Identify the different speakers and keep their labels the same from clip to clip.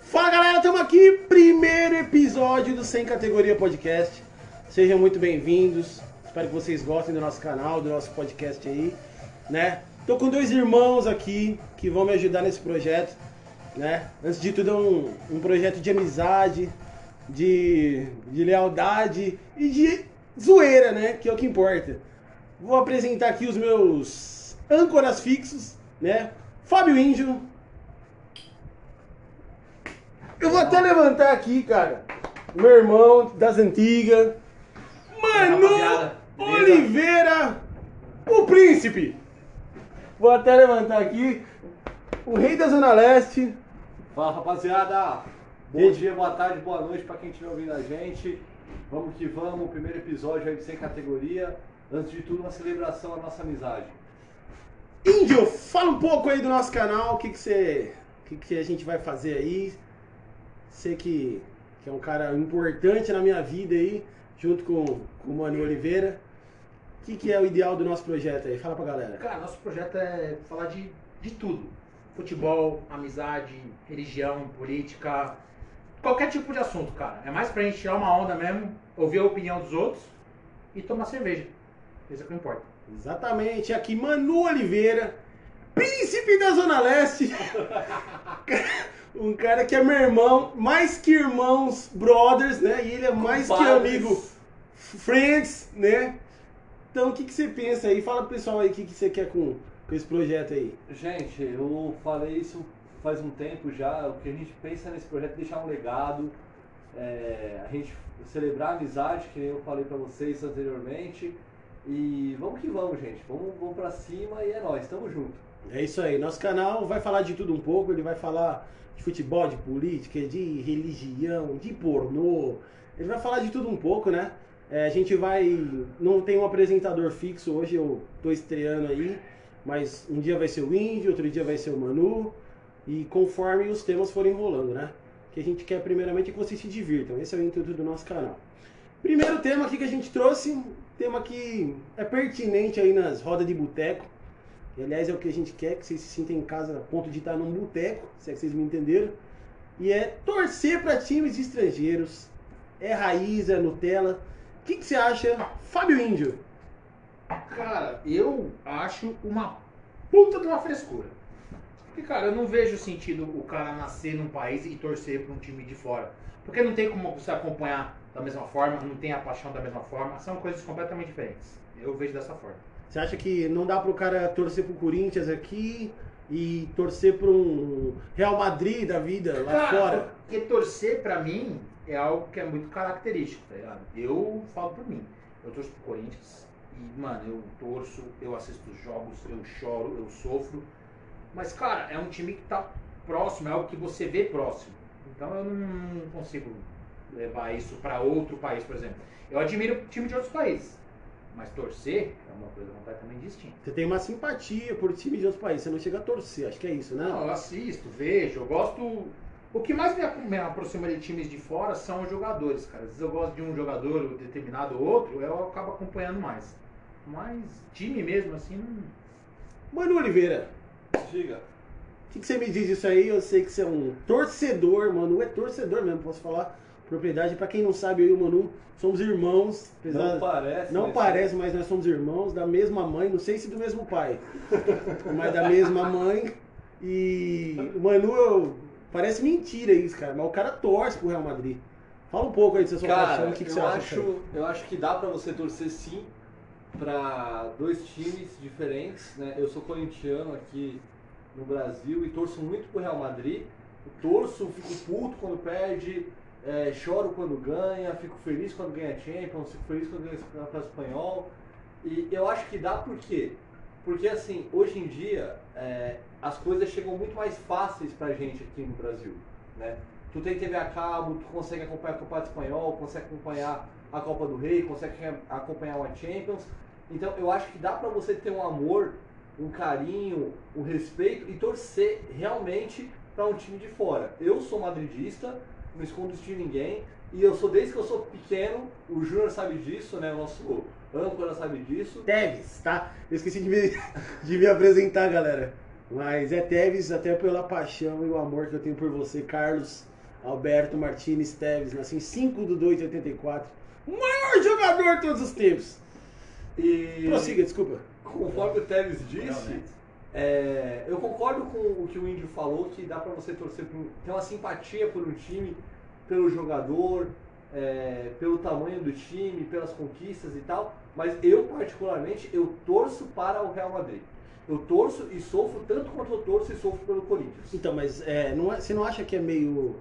Speaker 1: Fala galera, estamos aqui, primeiro episódio do Sem Categoria Podcast. Sejam muito bem-vindos. Espero que vocês gostem do nosso canal, do nosso podcast aí, né? Tô com dois irmãos aqui que vão me ajudar nesse projeto, né? Antes de tudo, é um, um projeto de amizade, de, de lealdade e de zoeira, né? Que é o que importa. Vou apresentar aqui os meus âncoras fixos, né? Fábio Índio, eu vou até levantar aqui, cara. Meu irmão das antigas. Manu
Speaker 2: Rapaziada, beleza?
Speaker 1: Oliveira, o príncipe. Vou até levantar aqui. O rei da Zona Leste.
Speaker 2: Fala rapaziada! Bom
Speaker 1: Gente.
Speaker 2: dia, boa tarde, boa noite pra quem estiver ouvindo a gente. Vamos que vamos, primeiro episódio aí de sem categoria. Antes de tudo, uma celebração à nossa amizade.
Speaker 1: Índio, fala um pouco aí do nosso canal. O que, que você. O que, que a gente vai fazer aí? Você que, que é um cara importante na minha vida aí, junto com, com o Manu Oliveira. O que, que é o ideal do nosso projeto aí? Fala pra galera.
Speaker 3: Cara, nosso projeto é falar de, de tudo: futebol, amizade, religião, política, qualquer tipo de assunto, cara. É mais pra gente tirar uma onda mesmo, ouvir a opinião dos outros e tomar cerveja. Isso é o que importa.
Speaker 1: Exatamente, aqui Manu Oliveira, príncipe da Zona Leste. um cara que é meu irmão, mais que irmãos, brothers, né? E ele é mais que
Speaker 2: Compadres.
Speaker 1: amigo, friends, né? Então, o que, que você pensa aí? Fala pro pessoal aí o que, que você quer com, com esse projeto aí.
Speaker 2: Gente, eu falei isso faz um tempo já. O que a gente pensa nesse projeto é deixar um legado, é, a gente celebrar a amizade, que nem eu falei pra vocês anteriormente. E vamos que vamos, gente. Vamos, vamos pra cima e é nóis, tamo junto.
Speaker 1: É isso aí, nosso canal vai falar de tudo um pouco, ele vai falar de futebol, de política, de religião, de pornô, ele vai falar de tudo um pouco, né? É, a gente vai, não tem um apresentador fixo, hoje eu tô estreando aí, mas um dia vai ser o Índio, outro dia vai ser o Manu, e conforme os temas forem rolando, né? O que a gente quer primeiramente é que vocês se divirtam, esse é o intuito do nosso canal. Primeiro tema aqui que a gente trouxe, tema que é pertinente aí nas rodas de boteco, e, aliás, é o que a gente quer, que vocês se sintam em casa a ponto de estar num boteco, se é que vocês me entenderam. E é torcer para times estrangeiros. É raiz, é Nutella. O que, que você acha, Fábio Índio?
Speaker 3: Cara, eu acho uma puta de uma frescura. Porque, cara, eu não vejo sentido o cara nascer num país e torcer pra um time de fora. Porque não tem como você acompanhar da mesma forma, não tem a paixão da mesma forma. São coisas completamente diferentes. Eu vejo dessa forma.
Speaker 1: Você acha que não dá pro cara torcer pro Corinthians aqui e torcer pro um Real Madrid da vida lá
Speaker 3: Cara,
Speaker 1: fora?
Speaker 3: Porque torcer pra mim é algo que é muito característico, tá ligado? Eu falo por mim. Eu torço pro Corinthians e, mano, eu torço, eu assisto os jogos, eu choro, eu sofro. Mas, cara, é um time que tá próximo, é algo que você vê próximo. Então eu não consigo levar isso pra outro país, por exemplo. Eu admiro time de outros países. Mas torcer é uma coisa completamente distinta.
Speaker 1: Você tem uma simpatia por time de outros países, você não chega a torcer, acho que é isso, né?
Speaker 3: Não, eu assisto, vejo, eu gosto. O que mais me ap- me aproxima de times de fora são os jogadores, cara. Às vezes eu gosto de um jogador determinado ou outro, eu acabo acompanhando mais. Mas time mesmo, assim, não.
Speaker 1: Mano Oliveira,
Speaker 2: Diga.
Speaker 1: O que, que você me diz isso aí? Eu sei que você é um torcedor, Manu é torcedor mesmo, posso falar. Propriedade, pra quem não sabe, eu e o Manu somos irmãos. Apesar...
Speaker 2: Não
Speaker 1: Não,
Speaker 2: parece. mas-
Speaker 1: parece, mas nós somos irmãos da mesma mãe, não sei se do mesmo pai, mas da mesma mãe. E o Manu, eu- parece mentira isso, cara, mas o cara torce pro Real Madrid. Fala um pouco aí dessa sua
Speaker 2: Cara,
Speaker 1: paixão, o que, que você
Speaker 2: eu,
Speaker 1: acha? disso aí?
Speaker 2: acho, eu acho que dá pra você torcer sim pra dois times diferentes, né? Eu sou corintiano aqui no Brasil e torço muito pro Real Madrid. Eu torço, fico puto quando perde, é, choro quando ganha, fico feliz quando ganha Champions, fico feliz quando ganha Campeonato Espanhol. E eu acho que dá por quê? Porque assim, hoje em dia é, as coisas chegam muito mais fáceis pra gente aqui no Brasil, né? tu tem TV a cabo, tu consegue acompanhar o Campeonato Espanhol, consegue acompanhar a Copa do Rei, consegue acompanhar uma Champions. Então eu acho que dá pra você ter um amor, um carinho, um respeito e torcer realmente pra um time de fora. Eu sou madridista, não escondo isso de ninguém. E eu sou, desde que eu sou pequeno, o Júnior sabe disso, né? O nosso âncora sabe disso.
Speaker 1: Teves, tá? Eu esqueci de me, de me apresentar, galera. Mas é Teves, até pela paixão e o amor que eu tenho por você, Carlos Alberto Martins Teves. Nasci em 5 de 2 de 84. O maior jogador de todos os tempos.
Speaker 2: E
Speaker 1: Prossiga, desculpa.
Speaker 2: conforme o Tevez disse,
Speaker 3: Realmente.
Speaker 2: é, eu concordo com o que o Índio falou, que dá pra você torcer por um- ter uma simpatia por um time, pelo jogador, é, pelo tamanho do time, pelas conquistas e tal. Mas eu particularmente eu torço para o Real Madrid. Eu torço e sofro tanto quanto eu torço e sofro pelo Corinthians.
Speaker 1: Então, mas é, não é- você não acha que é meio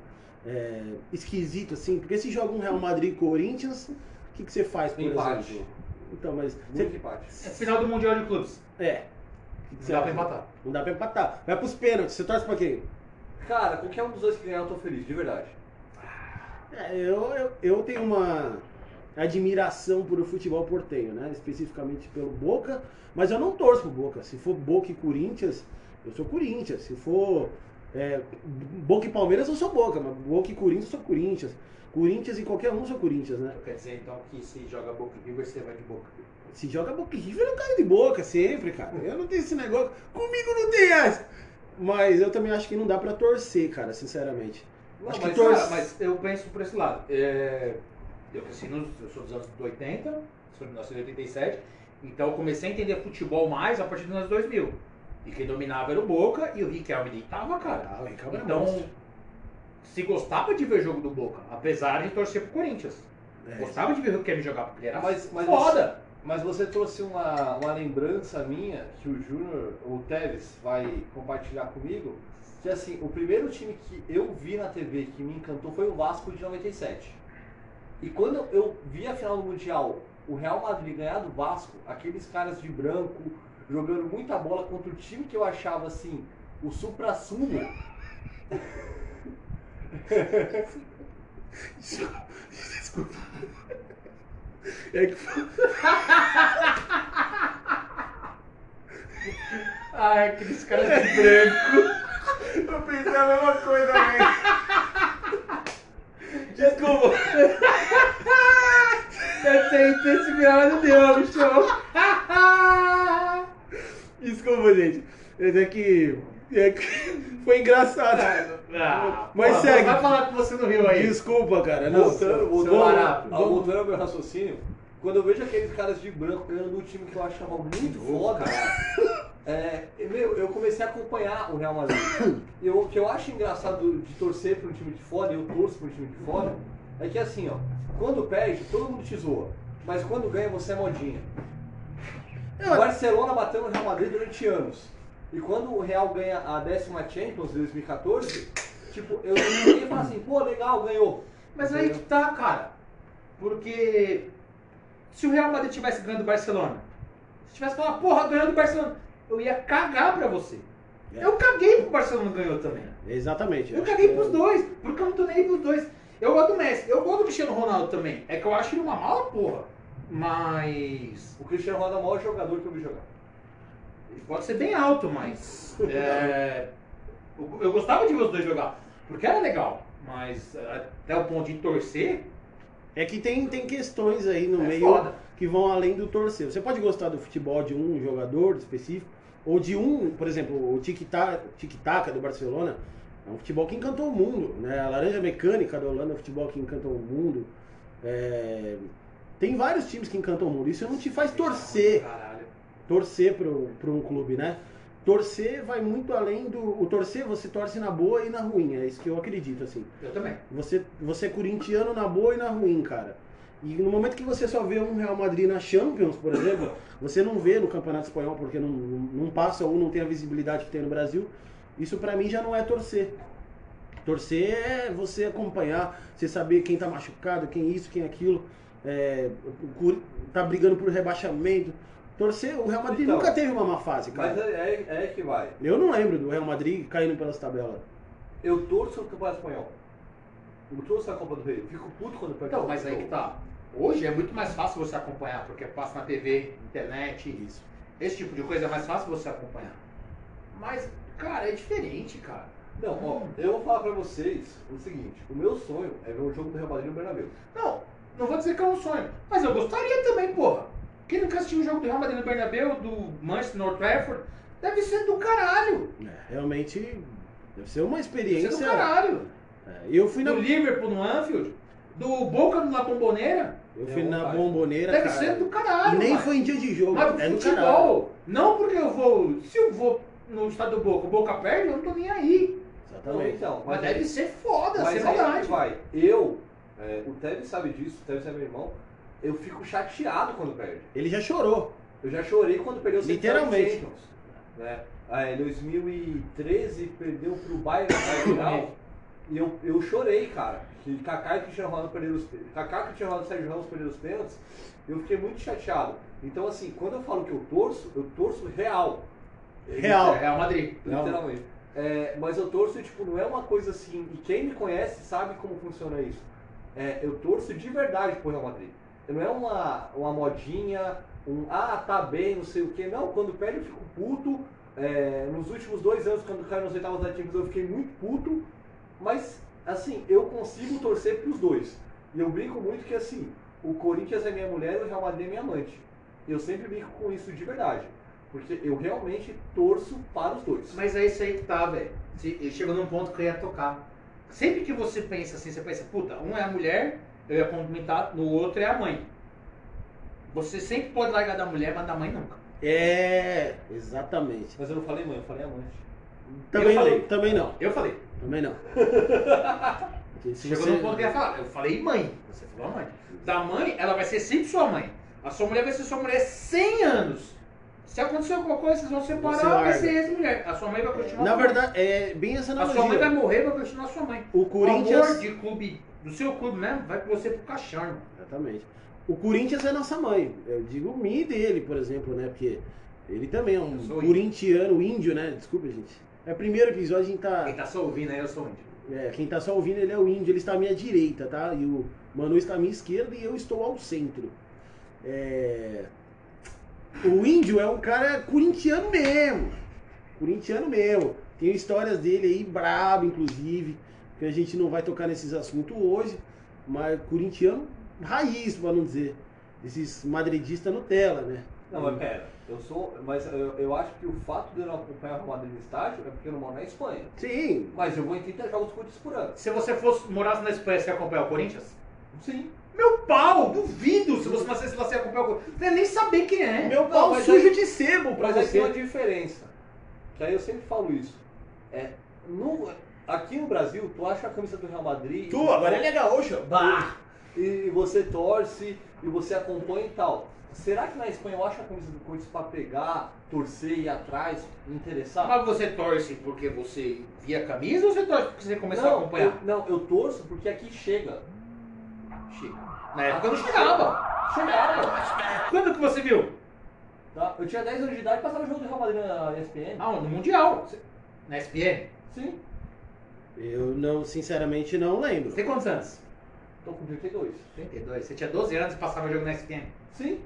Speaker 1: é, esquisito assim? Porque se joga um Real Madrid e Corinthians, o que, que você faz, por
Speaker 2: Empate.
Speaker 1: exemplo? Então, mas.
Speaker 2: Muito
Speaker 1: Você,
Speaker 2: empate.
Speaker 3: É final do Mundial de Clubes.
Speaker 1: é. O que que
Speaker 3: Não
Speaker 1: você
Speaker 3: dá pra
Speaker 1: acha?
Speaker 3: empatar.
Speaker 1: Não dá pra empatar. Vai pros pênaltis. Você torce pra quem?
Speaker 2: Cara, qualquer um dos dois que ganhar eu tô feliz, de verdade.
Speaker 1: É, eu, eu, eu tenho uma admiração por o futebol porteiro, né? Especificamente pelo Boca, mas eu não torço pro Boca. Se for Boca e Corinthians, eu sou Corinthians. Se for é, Boca e Palmeiras, eu sou Boca, mas Boca e Corinthians, eu sou Corinthians. Corinthians e qualquer um, eu sou Corinthians, né?
Speaker 3: Quer dizer então que se joga Boca e River, você vai de Boca.
Speaker 1: Se joga Boca e River, eu caio de Boca sempre, cara. Eu não tenho esse negócio. Comigo não tem essa. Mas eu também acho que não dá pra torcer, cara, sinceramente.
Speaker 2: Não,
Speaker 1: Acho que
Speaker 2: mas,
Speaker 1: torce-
Speaker 2: cara,
Speaker 3: Cara, mas eu penso por esse lado. É, eu cresci nos, eu sou dos anos 80, sou de 1987, então eu comecei a entender futebol mais a partir dos anos 2000. E quem dominava era o Boca e o Riquelme deitava, cara.
Speaker 1: Ah, o Ricardo é
Speaker 3: Então,
Speaker 1: monstro.
Speaker 3: se gostava de ver jogo do Boca, apesar de torcer pro Corinthians.
Speaker 1: É.
Speaker 3: Gostava de ver o Riquelme jogar, porque ele era
Speaker 2: Mas- mas-
Speaker 3: foda.
Speaker 2: Mas você trouxe uma, uma lembrança minha que o Júnior, ou o Tevez, vai compartilhar comigo. Que assim, o primeiro time que eu vi na TV que me encantou foi o Vasco de 97. E quando eu vi a final do Mundial, o Real Madrid ganhar do Vasco, aqueles caras de branco, jogando muita bola contra o time que eu achava assim, o supra-sumo.
Speaker 1: Desculpa. É que
Speaker 3: Ai, aqueles caras de
Speaker 1: É.
Speaker 3: branco.
Speaker 1: eu pensei a mesma coisa, velho. Desculpa.
Speaker 3: Eu tentei se virar, não deu, bicho.
Speaker 1: Desculpa, gente. É que, é que foi engraçado.
Speaker 3: Ah,
Speaker 1: Mas segue.
Speaker 3: Vai falar que você não riu aí.
Speaker 1: Desculpa, cara. Não,
Speaker 2: Voltando,
Speaker 1: vou-
Speaker 2: voltando,
Speaker 3: barato.
Speaker 2: ao- voltando ao meu raciocínio, quando eu vejo aqueles caras de branco ganhando do time que eu achava muito foda, é, meu, eu comecei a acompanhar o Real Madrid. E eu- o que eu acho engraçado de torcer para um time de fora, e eu torço para um time de fora, é que assim, ó, quando perde, todo mundo te zoa. Mas quando ganha, você é modinha.
Speaker 1: Eu-
Speaker 2: O Barcelona bateu no Real Madrid durante anos. E quando o Real ganha a décima Champions de 2014, tipo, eu ninguém fala assim, pô, legal, ganhou.
Speaker 3: Mas aí que tá, cara. Porque se o Real Madrid tivesse ganhando o Barcelona, se tivesse falado, porra, ganhando o Barcelona, eu ia cagar pra você.
Speaker 1: É.
Speaker 3: Eu caguei pro Barcelona ganhou também.
Speaker 1: Exatamente.
Speaker 3: Eu
Speaker 1: acho
Speaker 3: caguei
Speaker 1: que é
Speaker 3: pros dois, porque eu não tô nem aí pros dois. Eu gosto do Messi, eu gosto do Cristiano Ronaldo também. É que eu acho ele uma mala, porra. Mas.
Speaker 2: O Cristiano Ronaldo é o maior jogador que eu vi jogar.
Speaker 3: Ele pode ser bem alto, mas. é, eu, eu gostava de ver os dois jogar, porque era legal. Mas até o ponto de torcer,
Speaker 1: É que tem, tem questões aí no
Speaker 3: é
Speaker 1: meio
Speaker 3: foda.
Speaker 1: que vão além do torcer. Você pode gostar do futebol de um jogador específico, ou de um, por exemplo, o tic-tac tic -tac do Barcelona, é um futebol que encantou o mundo. Né? A laranja mecânica da Holanda é um futebol que encantou o mundo. É, Tem vários times que encantam o mundo. Isso não te
Speaker 3: É
Speaker 1: faz torcer,
Speaker 3: Caralho.
Speaker 1: torcer para um clube, né? Torcer vai muito além do. O torcer, você torce na boa e na ruim. É isso que eu acredito, assim.
Speaker 3: Eu também.
Speaker 1: Você, você é corintiano na boa e na ruim, cara. E no momento que você só vê um Real Madrid na Champions, por exemplo, você não vê no Campeonato Espanhol porque não, não passa ou não tem a visibilidade que tem no Brasil. Isso pra mim já não é torcer. Torcer é você acompanhar, você saber quem tá machucado, quem isso, quem aquilo, é, o Curi- tá brigando por rebaixamento. Torcer, o Real Madrid
Speaker 2: Então,
Speaker 1: nunca teve uma má fase, cara.
Speaker 2: Mas é, é, é que vai.
Speaker 1: Eu não lembro do Real Madrid caindo pelas tabelas.
Speaker 2: Eu torço no Campeonato Espanhol. Eu torço na Copa do Rei. Eu Fico puto quando perde.
Speaker 3: Então, mas aí que tá. Hoje é muito mais fácil você acompanhar, porque passa na TV, internet,
Speaker 1: Isso.
Speaker 3: esse tipo de coisa é mais fácil você acompanhar. Mas, cara, é diferente, cara.
Speaker 2: Não, ó, eu vou falar pra vocês o seguinte: o meu sonho é ver um jogo do Real Madrid no Bernabéu.
Speaker 3: Não, não vou dizer que é um sonho, mas eu gostaria também, porra. Quem nunca assistiu o jogo do Real Madrid no Bernabéu, do Manchester, North Trafford, deve ser do caralho.
Speaker 1: É, realmente deve ser
Speaker 2: é
Speaker 1: uma
Speaker 3: Deve
Speaker 1: experiência.
Speaker 3: ser do caralho.
Speaker 1: É, eu fui na,
Speaker 3: Do Liverpool no Anfield, do Boca na Pomboneira,
Speaker 1: eu fui
Speaker 2: É,
Speaker 1: na
Speaker 2: vontade.
Speaker 1: bomboneira.
Speaker 3: deve
Speaker 1: cara.
Speaker 3: ser do caralho.
Speaker 1: Nem
Speaker 3: mano.
Speaker 1: foi em dia de jogo.
Speaker 3: Mas pro
Speaker 1: é do caralho.
Speaker 3: futebol, não porque eu vou. Se eu vou no estado do Boca, o Boca perde, eu não tô nem aí.
Speaker 2: Não,
Speaker 1: Exatamente.
Speaker 2: então,
Speaker 3: Mas é-
Speaker 2: aí-
Speaker 3: deve ser foda,
Speaker 2: Mas
Speaker 3: ser
Speaker 2: aí é
Speaker 3: maldade.
Speaker 2: que vai. Eu, é, o Tevez sabe disso, o Tevez é meu irmão. Eu fico chateado quando perde.
Speaker 1: Ele já chorou.
Speaker 2: Eu já chorei quando perdeu o
Speaker 1: Literalmente.
Speaker 2: Champions, né? Ah, em 2013 perdeu pro Bayern na final. e eu, eu chorei, cara. Que Kaká e Cristiano Ronaldo perderam os pênaltis. Kaká, Cristiano Ronaldo e Sérgio Ramos perderam os pênaltis. Eu fiquei muito chateado. Então, assim, quando eu falo que eu torço, eu torço real.
Speaker 1: Real.
Speaker 3: É Real Madrid.
Speaker 1: Não.
Speaker 2: Literalmente. É, mas eu torço, tipo, não é uma coisa assim. E quem me conhece sabe como funciona isso. É, eu torço de verdade pro Real Madrid. Não é uma, uma modinha, um ah, tá bem, não sei o quê. Não, quando perde eu fico puto. É, nos últimos dois anos, quando caiu nas oitavas da Champions, eu fiquei muito puto. Mas, assim, eu consigo torcer pros dois. E eu brinco muito que, assim, o Corinthians é minha mulher e o Real Madrid é minha amante. Eu sempre brinco com isso de verdade. Porque eu realmente torço para os dois.
Speaker 3: Mas é isso aí que tá, velho. Se- eu Chegou num ponto que eu ia tocar. Sempre que você pensa assim, você pensa, puta, um é a mulher, eu ia complementar, no outro é a mãe. Você sempre pode largar da mulher, mas da mãe nunca.
Speaker 1: É, exatamente.
Speaker 2: Mas eu não falei mãe, eu falei amante.
Speaker 1: Também
Speaker 3: falei.
Speaker 1: não, também não,
Speaker 3: Eu falei.
Speaker 1: também não. Porque se
Speaker 3: Chegou
Speaker 1: você-
Speaker 3: num ponto que é eu ia falar. Eu falei mãe. Você falou a mãe. Da mãe, ela vai ser sempre sua mãe. A sua mulher vai ser sua mulher 100 anos. Se acontecer alguma coisa, vocês vão separar,
Speaker 1: Você
Speaker 3: vai
Speaker 1: larga.
Speaker 3: ser ex-mulher. A sua mãe vai continuar
Speaker 1: Na
Speaker 3: sua mãe.
Speaker 1: verdade, é bem essa
Speaker 3: A sua mãe vai
Speaker 1: analogia.
Speaker 3: morrer, vai continuar sua mãe.
Speaker 1: O
Speaker 3: O amor
Speaker 1: Corinthians.
Speaker 3: de clube, do seu clube mesmo, vai com você pro caixão, irmão.
Speaker 1: Exatamente. O Corinthians é nossa mãe. Eu digo minha e dele, por exemplo, né? Porque ele também é
Speaker 3: Eu
Speaker 1: um
Speaker 3: sou
Speaker 1: corintiano índio, né? Desculpa, gente. É o primeiro episódio, a gente tá.
Speaker 3: Quem tá só ouvindo aí, eu sou índio.
Speaker 1: É, quem tá só ouvindo, ele é o índio, ele está à minha direita, tá? E o Manu está à minha esquerda e eu estou ao centro. É, O índio é um cara corintiano mesmo. Corintiano mesmo. Tem histórias dele aí, brabo, inclusive, que a gente não vai tocar nesses assuntos hoje, mas corintiano raiz, pra não dizer. Esses madridistas Nutella, né?
Speaker 2: Não, mas pera, eu sou. Mas eu, eu acho que o fato de eu não acompanhar o Real Madrid no estágio é porque eu não moro na Espanha.
Speaker 1: Sim,
Speaker 2: Mas eu vou em 30 jogos curtos por ano.
Speaker 3: Se você fosse morasse na Espanha, você ia acompanhar o Corinthians?
Speaker 2: Sim.
Speaker 3: Meu pau, duvido se você nascesse lá, você ia acompanhar o Corinthians. Você ia nem saber quem é.
Speaker 1: meu pau
Speaker 2: mas
Speaker 1: sujo
Speaker 2: aí-
Speaker 1: de sebo pra
Speaker 2: Mas aí tem uma
Speaker 1: você.
Speaker 2: diferença. Que aí eu sempre falo isso. É, no- aqui no Brasil, tu acha a camisa do Real Madrid.
Speaker 1: Tu, agora ele é gaúcho.
Speaker 3: Bah!
Speaker 2: E você torce, e você acompanha e tal. Será que na Espanha eu acho a camisa do Corinthians pra pegar, torcer, ir atrás, me interessar?
Speaker 3: Mas você torce porque você via a camisa ou você torce porque você começou a acompanhar?
Speaker 2: eu, não, eu torço porque aqui chega.
Speaker 3: Chega. Na época não chegava.
Speaker 2: Chegava.
Speaker 3: Quando que você viu?
Speaker 2: Tá? Eu tinha 10 anos de idade e passava o jogo do Real Madrid na ESPN.
Speaker 3: Ah, no Mundial. Na SPN.
Speaker 2: Sim,
Speaker 1: Eu não, sinceramente, não lembro.
Speaker 3: Você tem quantos anos?
Speaker 2: tô com 32.
Speaker 3: 32. Você tinha 12 anos e passava jogo na SPN.
Speaker 2: Sim,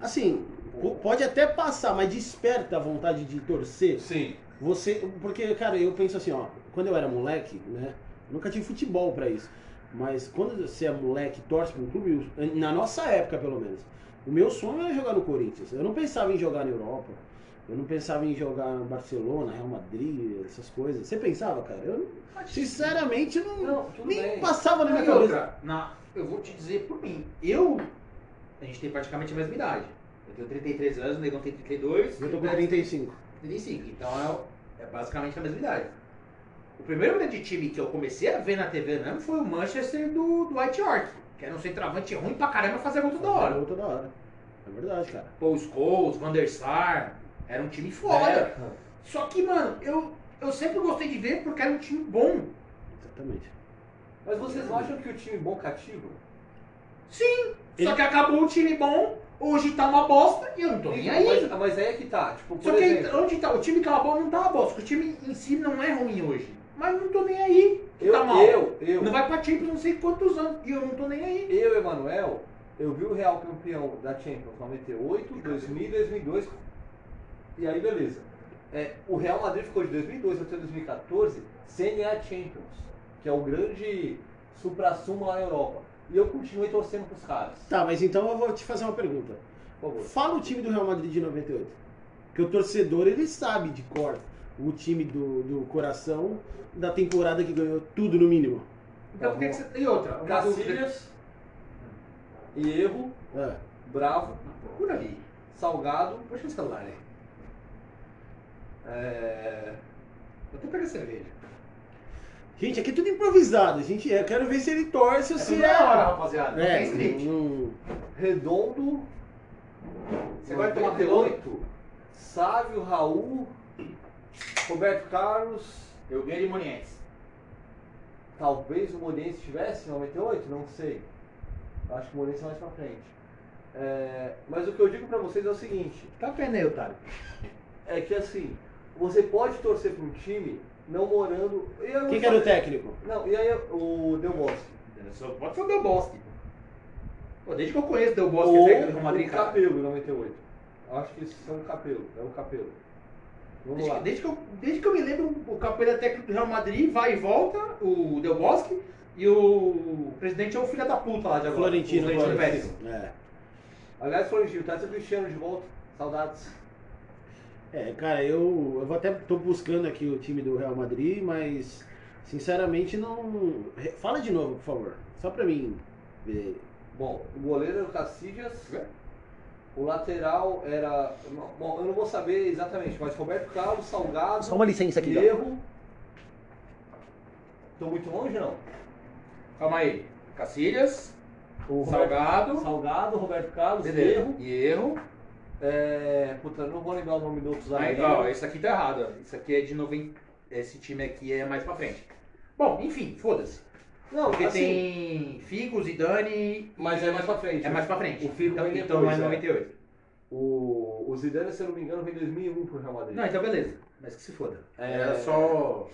Speaker 1: Assim, po- pode até passar, mas desperta a vontade de torcer.
Speaker 2: sim.
Speaker 1: Você, porque, cara, eu penso assim, ó, quando eu era moleque, né, nunca tive futebol pra isso. Mas quando você é moleque, e torce pra um clube, na nossa época pelo menos, o meu sonho era jogar no Corinthians. Eu não pensava em jogar na Europa. Eu não pensava em jogar no Barcelona, Real Madrid, essas coisas. Você pensava, cara? Eu, não- sinceramente, eu não,
Speaker 2: Não, tudo
Speaker 1: nem
Speaker 2: bem.
Speaker 1: passava é na minha
Speaker 3: E
Speaker 1: cabeça.
Speaker 3: outra, na, eu vou te dizer por mim. Eu. A gente tem praticamente a mesma idade. Eu tenho 33 anos, o negão tem 32.
Speaker 1: Eu tô com 35.
Speaker 3: 35. Então é, é basicamente a mesma idade. O primeiro grande time que eu comecei a ver na TV mesmo foi o Manchester do, do White York. Que era um centroavante ruim pra caramba fazer gol toda hora.
Speaker 1: Toda hora. É verdade, cara.
Speaker 3: Paul Scholes, Van der Sar. Era um time foda.
Speaker 2: É.
Speaker 3: Só que, mano, eu, eu sempre gostei de ver porque era um time bom.
Speaker 1: Exatamente.
Speaker 2: Mas vocês não acham que o time é bom cativa?
Speaker 1: Ele-
Speaker 3: Só que acabou o time bom, hoje tá uma bosta e eu não tô nem aí.
Speaker 2: Mas, mas aí é que tá. Tipo, por
Speaker 3: Só que
Speaker 2: exemplo,
Speaker 3: onde tá? O time que é uma bola não tá uma bosta. porque O time em si não é ruim hoje. Mas não tô nem aí.
Speaker 2: eu,
Speaker 3: tá mal.
Speaker 2: eu, eu,
Speaker 3: Não vai pra time por não sei quantos anos. E eu não tô nem aí.
Speaker 2: eu, Emanuel, eu vi o Real campeão da Champions 98, 2000 e 2002. E aí, beleza. É, o Real Madrid ficou de 2002 até 2014 CNA Champions, que é o grande supra-sumo lá na Europa. E eu continuei torcendo pros caras.
Speaker 1: Tá, mas então eu vou te fazer uma pergunta.
Speaker 2: Por favor.
Speaker 1: Fala o time do Real Madrid de 98. Porque o torcedor, ele sabe de cor o time do, do coração da temporada que ganhou tudo no mínimo.
Speaker 3: Então por que, que você. E outra? Uma dúvida.
Speaker 2: Cacilhas, Erro,
Speaker 1: É.
Speaker 2: Bravo,
Speaker 3: Por ali.
Speaker 2: Salgado,
Speaker 3: Puxa o celular aí.
Speaker 2: é,
Speaker 3: Vou até pegar cerveja.
Speaker 1: Gente, aqui é tudo improvisado. Gente, eu quero ver se ele torce ou se
Speaker 3: tudo na hora,
Speaker 1: é.
Speaker 3: rapaziada. É,
Speaker 1: É,
Speaker 3: street.
Speaker 1: não-
Speaker 2: Redondo,
Speaker 3: Você vai tomar
Speaker 2: 98, Sávio, Raul, Roberto Carlos,
Speaker 3: Eu ganhei de Moniense.
Speaker 2: talvez o Moliense tivesse em 98, não sei. Acho que o Moliense é mais pra frente. É, mas o que eu digo pra vocês é o seguinte,
Speaker 3: Tá vendo aí, otário?
Speaker 2: é que assim, você pode torcer pra um time não morando... e eu não
Speaker 3: é
Speaker 1: Quem que era o
Speaker 2: falei-
Speaker 1: técnico?
Speaker 2: Não, e aí o Del Bosque.
Speaker 3: Só Pode ser o Del Bosque. Pô, desde que eu conheço o Del Bosque,
Speaker 2: Ou
Speaker 3: que é técnico do Real Madrid,
Speaker 2: o
Speaker 3: cara.
Speaker 2: Capelo, em 98. Eu acho que isso é um Capelo, é um Capelo. Vamos
Speaker 3: Desde,
Speaker 2: lá.
Speaker 3: que- desde que eu, desde que eu me lembro, o Capelo é técnico do Real Madrid, vai e volta, o Del Bosque, e o presidente é o filho da puta lá de agora.
Speaker 1: Florentino.
Speaker 3: o Florentino
Speaker 1: Florentino.
Speaker 3: Pérez.
Speaker 1: É.
Speaker 2: Aliás, Florentino, tá seu Cristiano de volta. Saudades.
Speaker 1: É, cara, eu, eu vou até tô buscando aqui o time do Real Madrid, mas sinceramente não. Re- Fala de novo, por favor. Só pra mim ver.
Speaker 2: Bom, o goleiro era o Cacilhas. O lateral era. Bom, eu não vou saber exatamente, mas Roberto Carlos, Salgado,
Speaker 4: Só uma licença aqui, galera.
Speaker 2: Erro. Tô muito longe, não?
Speaker 3: Calma aí. Cacilhas,
Speaker 2: O Roberto-
Speaker 3: Salgado,
Speaker 2: Salgado, Roberto Carlos,
Speaker 3: beleza.
Speaker 2: Erro.
Speaker 3: E erro.
Speaker 2: É. Puta, eu não vou lembrar o nome do outro
Speaker 3: Aí,
Speaker 2: zagueiro.
Speaker 3: ó, esse aqui tá errado. ó. Isso aqui é de 90. Esse time aqui é mais pra frente. Bom, enfim, foda-se.
Speaker 2: Não,
Speaker 3: Porque
Speaker 2: assim,
Speaker 3: tem Figo, Zidane.
Speaker 2: Mas é mais pra frente.
Speaker 3: É mais pra frente.
Speaker 2: O Figo
Speaker 3: então,
Speaker 2: vem
Speaker 3: então mais
Speaker 2: depois, é.
Speaker 3: 98.
Speaker 2: O, o Zidane, se eu não me engano, vem em 2001 pro Real Madrid.
Speaker 3: Não, então beleza. Mas que se foda.
Speaker 2: É.
Speaker 3: Era só.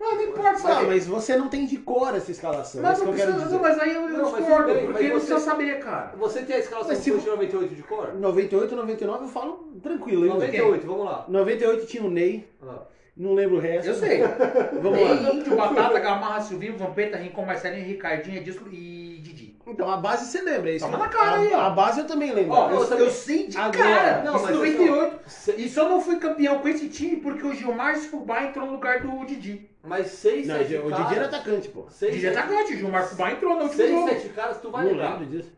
Speaker 1: Não, não importa,
Speaker 3: sabe?
Speaker 1: sabe? Mas você não tem de cor essa escalação. é
Speaker 3: Mas,
Speaker 1: isso
Speaker 3: não
Speaker 1: que eu quero
Speaker 3: precisa,
Speaker 1: dizer.
Speaker 3: não, mas aí eu eu
Speaker 2: Não, mas
Speaker 3: discordo,
Speaker 2: tudo bem,
Speaker 3: porque
Speaker 2: mas
Speaker 3: não precisa
Speaker 2: você-
Speaker 3: saber, cara.
Speaker 2: Você tem a escalação
Speaker 1: Mas se
Speaker 2: do de 98 de cor?
Speaker 1: 98, 99 eu falo tranquilo, hein?
Speaker 2: 98, vamos lá.
Speaker 1: 98 tinha o Ney,
Speaker 2: Ah,
Speaker 1: não lembro o resto.
Speaker 3: Eu sei.
Speaker 1: Vamos lá.
Speaker 3: Tem Índio, Batata, Gamarra, Silvinho, Vampeta, Rincon, Marcelinho, Ricardinho, Edisco e Didi.
Speaker 1: Então, a base você lembra, é isso.
Speaker 3: Toma
Speaker 1: que-
Speaker 3: na cara
Speaker 1: a,
Speaker 3: aí, ó.
Speaker 1: A base eu também lembro.
Speaker 3: Ó,
Speaker 2: eu
Speaker 3: eu,
Speaker 2: também-
Speaker 3: eu sei de
Speaker 1: Agora.
Speaker 3: cara.
Speaker 2: Não,
Speaker 3: isso
Speaker 2: mas
Speaker 3: em
Speaker 2: assim,
Speaker 3: 98.
Speaker 2: se-
Speaker 3: E só não fui campeão com esse time porque o Gilmar Fubá entrou no lugar do Didi.
Speaker 2: Mas 6,
Speaker 1: Não,
Speaker 2: 7
Speaker 1: o
Speaker 2: caras...
Speaker 1: Didi era atacante, pô.
Speaker 3: O
Speaker 2: seis,
Speaker 3: Didi é
Speaker 2: sete-
Speaker 3: atacante, o Gilmar Fubá entrou no último
Speaker 2: seis,
Speaker 3: jogo.
Speaker 2: sete caras, tu vai
Speaker 1: Não
Speaker 2: lembrar.
Speaker 1: lembro disso.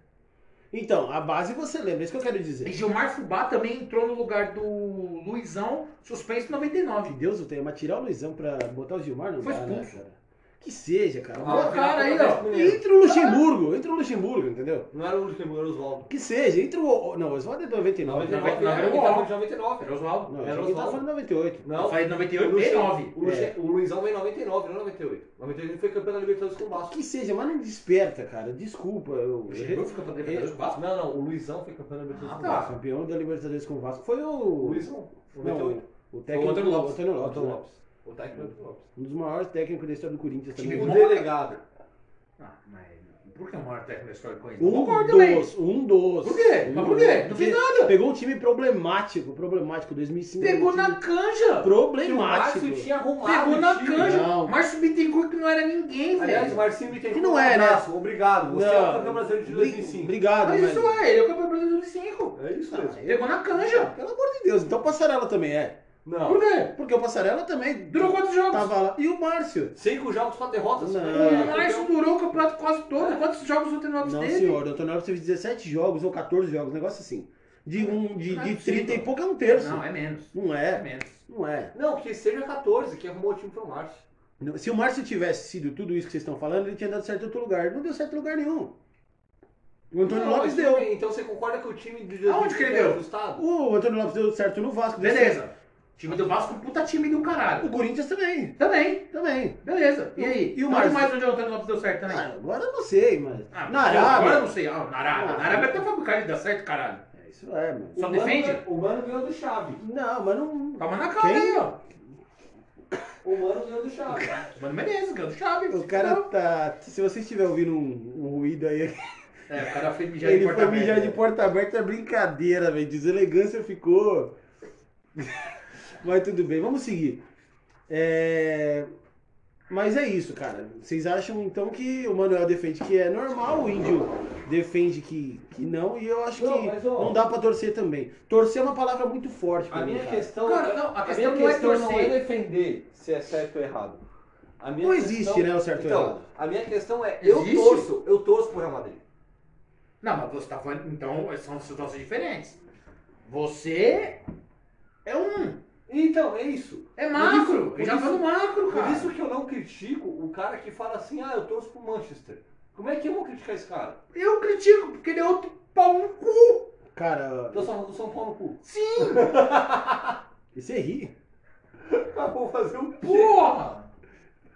Speaker 1: Então, a base você lembra, é isso que eu quero
Speaker 3: E
Speaker 1: dizer.
Speaker 3: Gilmar Fubá também entrou no lugar do Luizão, suspenso em 99.
Speaker 1: Que Deus o tenha, mas tirar o Luizão pra botar o Gilmar não
Speaker 3: Foi
Speaker 1: dá, né,
Speaker 3: expulso.
Speaker 1: cara? Que seja, cara.
Speaker 2: Ah,
Speaker 1: Bota-
Speaker 3: o cara aí,
Speaker 2: Atlético
Speaker 3: ó.
Speaker 2: Mineiro.
Speaker 1: Entra o Luxemburgo, entra o Luxemburgo, entendeu?
Speaker 2: Não era o Luxemburgo, era o Oswaldo.
Speaker 1: Que seja, entra o... Não, o Oswaldo é 99.
Speaker 2: 99
Speaker 1: né?
Speaker 3: não,
Speaker 2: era,
Speaker 3: era o
Speaker 2: quem tava
Speaker 3: Oswaldo.
Speaker 2: de 99.
Speaker 3: Era o Oswaldo.
Speaker 1: Não,
Speaker 2: Era
Speaker 1: eu achei que ele
Speaker 2: Oswaldo.
Speaker 1: tava falando 98.
Speaker 2: Não,
Speaker 3: Falei
Speaker 2: o
Speaker 3: 98,
Speaker 2: Luxe-
Speaker 3: 69.
Speaker 2: O,
Speaker 1: É.
Speaker 2: Luxe- o Luizão vem em 99, não 98. 98 ele foi campeão da Libertadores com o Vasco.
Speaker 1: Que seja, mas não desperta, cara. Desculpa, eu...
Speaker 3: Luxemburgo foi campeão da Libertadores com o Vasco?
Speaker 2: Não, não, o Luizão foi campeão da Libertadores com
Speaker 3: Ah,
Speaker 2: o
Speaker 3: tá.
Speaker 2: Vasco.
Speaker 1: Campeão da Libertadores com o Vasco foi
Speaker 2: O
Speaker 1: o...
Speaker 2: Luizão,
Speaker 1: Não,
Speaker 2: 98.
Speaker 1: o técnico...
Speaker 3: o Antônio Lopes.
Speaker 1: Antônio Lopes,
Speaker 2: Antônio
Speaker 1: né?
Speaker 2: Lopes. O técnico era o Antônio Lopes.
Speaker 1: Um dos maiores técnicos da história do Corinthians também.
Speaker 3: Time
Speaker 2: O
Speaker 3: bom.
Speaker 2: delegado.
Speaker 3: Ah, mas por que o maior técnico da história com ele?
Speaker 1: Um dos, um dos.
Speaker 3: Por quê?
Speaker 1: Um
Speaker 3: Mas por
Speaker 1: dos.
Speaker 3: quê? Não fez nada.
Speaker 1: Pegou um time problemático, problemático, 2005.
Speaker 3: Pegou
Speaker 1: um time
Speaker 3: na canja.
Speaker 2: O
Speaker 1: Problemático.
Speaker 2: Márcio tinha arrumado.
Speaker 3: Pegou
Speaker 2: o
Speaker 3: na
Speaker 2: time.
Speaker 3: canja. né?
Speaker 1: Não.
Speaker 3: Márcio Bittencourt que não era ninguém,
Speaker 2: Aliás,
Speaker 3: velho.
Speaker 2: Marcinho
Speaker 1: Que
Speaker 2: Bittencourt.
Speaker 1: não é, né?
Speaker 2: um abraço, Obrigado. Você é o campeão brasileiro de
Speaker 1: Obri-
Speaker 2: 2005.
Speaker 1: Obrigado,
Speaker 3: Mas
Speaker 1: mas...
Speaker 3: isso é, ele é o campeão brasileiro de 5.
Speaker 2: É isso mesmo.
Speaker 3: Pegou na canja.
Speaker 1: Pelo amor de Deus, então o Passarela também é.
Speaker 3: Por
Speaker 2: Não.
Speaker 3: quê?
Speaker 1: Porque o Passarela também
Speaker 3: Durou quantos jogos?
Speaker 1: tava lá. E o Márcio?
Speaker 2: Cinco jogos, quatro derrotas. né? é
Speaker 1: Não.
Speaker 2: super
Speaker 3: O
Speaker 2: campeão.
Speaker 3: Márcio durou o campeonato quase todo. Quantos jogos o Antônio Lopes
Speaker 1: Não,
Speaker 3: teve?
Speaker 1: senhor. O Antônio Alves teve 17 jogos ou 14 jogos, um negócio assim. De, um, de,
Speaker 3: Não é
Speaker 1: de
Speaker 3: possível.
Speaker 1: 30 e pouco é um terço.
Speaker 3: Não, é menos.
Speaker 1: Não
Speaker 3: É
Speaker 1: é,
Speaker 3: menos.
Speaker 1: não é.
Speaker 2: Não, que seja 14, que arrumou o time pro Márcio.
Speaker 1: Não, Se o Márcio tivesse sido tudo isso que vocês estão falando, ele tinha dado certo em outro lugar. Não deu certo em lugar nenhum. O Antônio
Speaker 2: Não,
Speaker 1: Lopes
Speaker 2: mas tudo
Speaker 1: deu.
Speaker 2: bem, Então você concorda que o time de 2005
Speaker 3: Aonde que ele
Speaker 2: é
Speaker 3: deu?
Speaker 2: ajustado?
Speaker 1: O Antônio Lopes deu certo no Vasco. deu
Speaker 3: Beleza. Time do Vasco, um puta time do caralho.
Speaker 1: certo. O Corinthians também.
Speaker 3: Também.
Speaker 1: Também.
Speaker 3: Beleza. E aí?
Speaker 1: E o
Speaker 3: Onde
Speaker 1: Márcio?
Speaker 3: mais onde o Antônio Lopes deu certo também?
Speaker 1: Ah, agora eu não sei, mas.
Speaker 3: Ah,
Speaker 1: na
Speaker 3: eu- Agora eu
Speaker 1: Arábia.
Speaker 3: não sei. Ah, na Arábia.
Speaker 1: Ah.
Speaker 3: Na Arábia até foi pro cara e dá certo, caralho.
Speaker 1: É, Isso é, mano.
Speaker 3: Só
Speaker 2: O Mano
Speaker 3: defende?
Speaker 2: ganhou- O Mano ganhou do Chave.
Speaker 1: Não, mas não.
Speaker 3: Calma na cara
Speaker 1: Quem?
Speaker 3: aí, ó.
Speaker 2: O Mano ganhou do Chave.
Speaker 3: Mano Menezes, ganhou do Chaves.
Speaker 1: O cara tá. Se você estiver ouvindo um, um ruído aí,
Speaker 3: É, o cara foi mijar de
Speaker 1: ele
Speaker 3: porta
Speaker 1: foi mijar
Speaker 3: aberta. né?
Speaker 1: de porta aberta, é brincadeira, velho. Deselegância ficou. Mas tudo bem, vamos seguir. É, Mas é isso, cara. Vocês acham então que o Manuel defende que é normal, o índio defende que, que não, e eu acho
Speaker 2: Não,
Speaker 1: que
Speaker 2: mas, ó,
Speaker 1: não dá pra torcer também. Torcer é uma palavra muito forte pra
Speaker 2: A
Speaker 1: mim.
Speaker 2: minha
Speaker 1: cara.
Speaker 2: questão,
Speaker 3: Cara, não, a
Speaker 2: a
Speaker 3: questão
Speaker 2: minha
Speaker 3: não é
Speaker 2: questão não é
Speaker 3: torcer.
Speaker 2: defender se é certo ou errado. A minha
Speaker 1: Não
Speaker 2: questão-
Speaker 1: existe, né, o certo ou
Speaker 2: então,
Speaker 1: errado.
Speaker 2: a minha questão é, eu
Speaker 3: Existe?
Speaker 2: torço, eu torço pro Real Madrid.
Speaker 3: Não, mas você tá falando. Então, são situações diferentes. Você é um.
Speaker 2: Então, é isso.
Speaker 3: É
Speaker 2: isso-
Speaker 3: macro.
Speaker 2: por
Speaker 3: Ele já
Speaker 2: isso-
Speaker 3: falou macro,
Speaker 2: Por
Speaker 3: cara.
Speaker 2: isso que eu não critico o cara que fala assim, ah, eu torço pro Manchester. Como é que eu vou criticar esse cara?
Speaker 3: Eu critico, porque ele é outro pau no cu.
Speaker 1: Cara,
Speaker 2: Eu só o São Paulo no cu.
Speaker 3: Sim,
Speaker 1: você ri.
Speaker 2: Ah, vou fazer um pu.
Speaker 3: porra.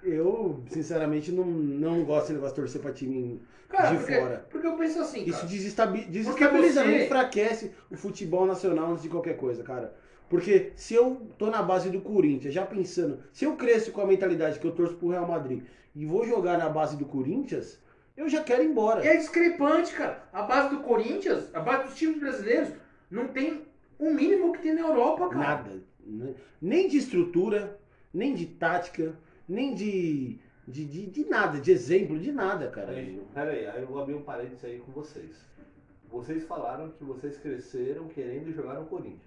Speaker 1: Eu, sinceramente, não, não gosto de negócio de torcer pra time.
Speaker 3: Cara,
Speaker 1: De
Speaker 3: porque,
Speaker 1: fora.
Speaker 3: porque eu penso assim, cara.
Speaker 1: Isso desestabi- desestabiliza,
Speaker 3: você-
Speaker 1: não enfraquece o futebol nacional antes de qualquer coisa, cara. Porque se eu tô na base do Corinthians, já pensando, se eu cresço com a mentalidade que eu torço pro Real Madrid e vou jogar na base do Corinthians, eu já quero ir embora.
Speaker 3: É discrepante, cara. A base do Corinthians, a base dos times brasileiros, não tem o mínimo que tem na Europa, cara.
Speaker 1: Nada. né? Nem de estrutura, nem de tática, nem de, de, de, de nada, de exemplo, de nada, cara.
Speaker 2: Aí, Peraí, aí eu vou abrir um parênteses aí com vocês. Vocês falaram que vocês cresceram querendo jogar no Corinthians,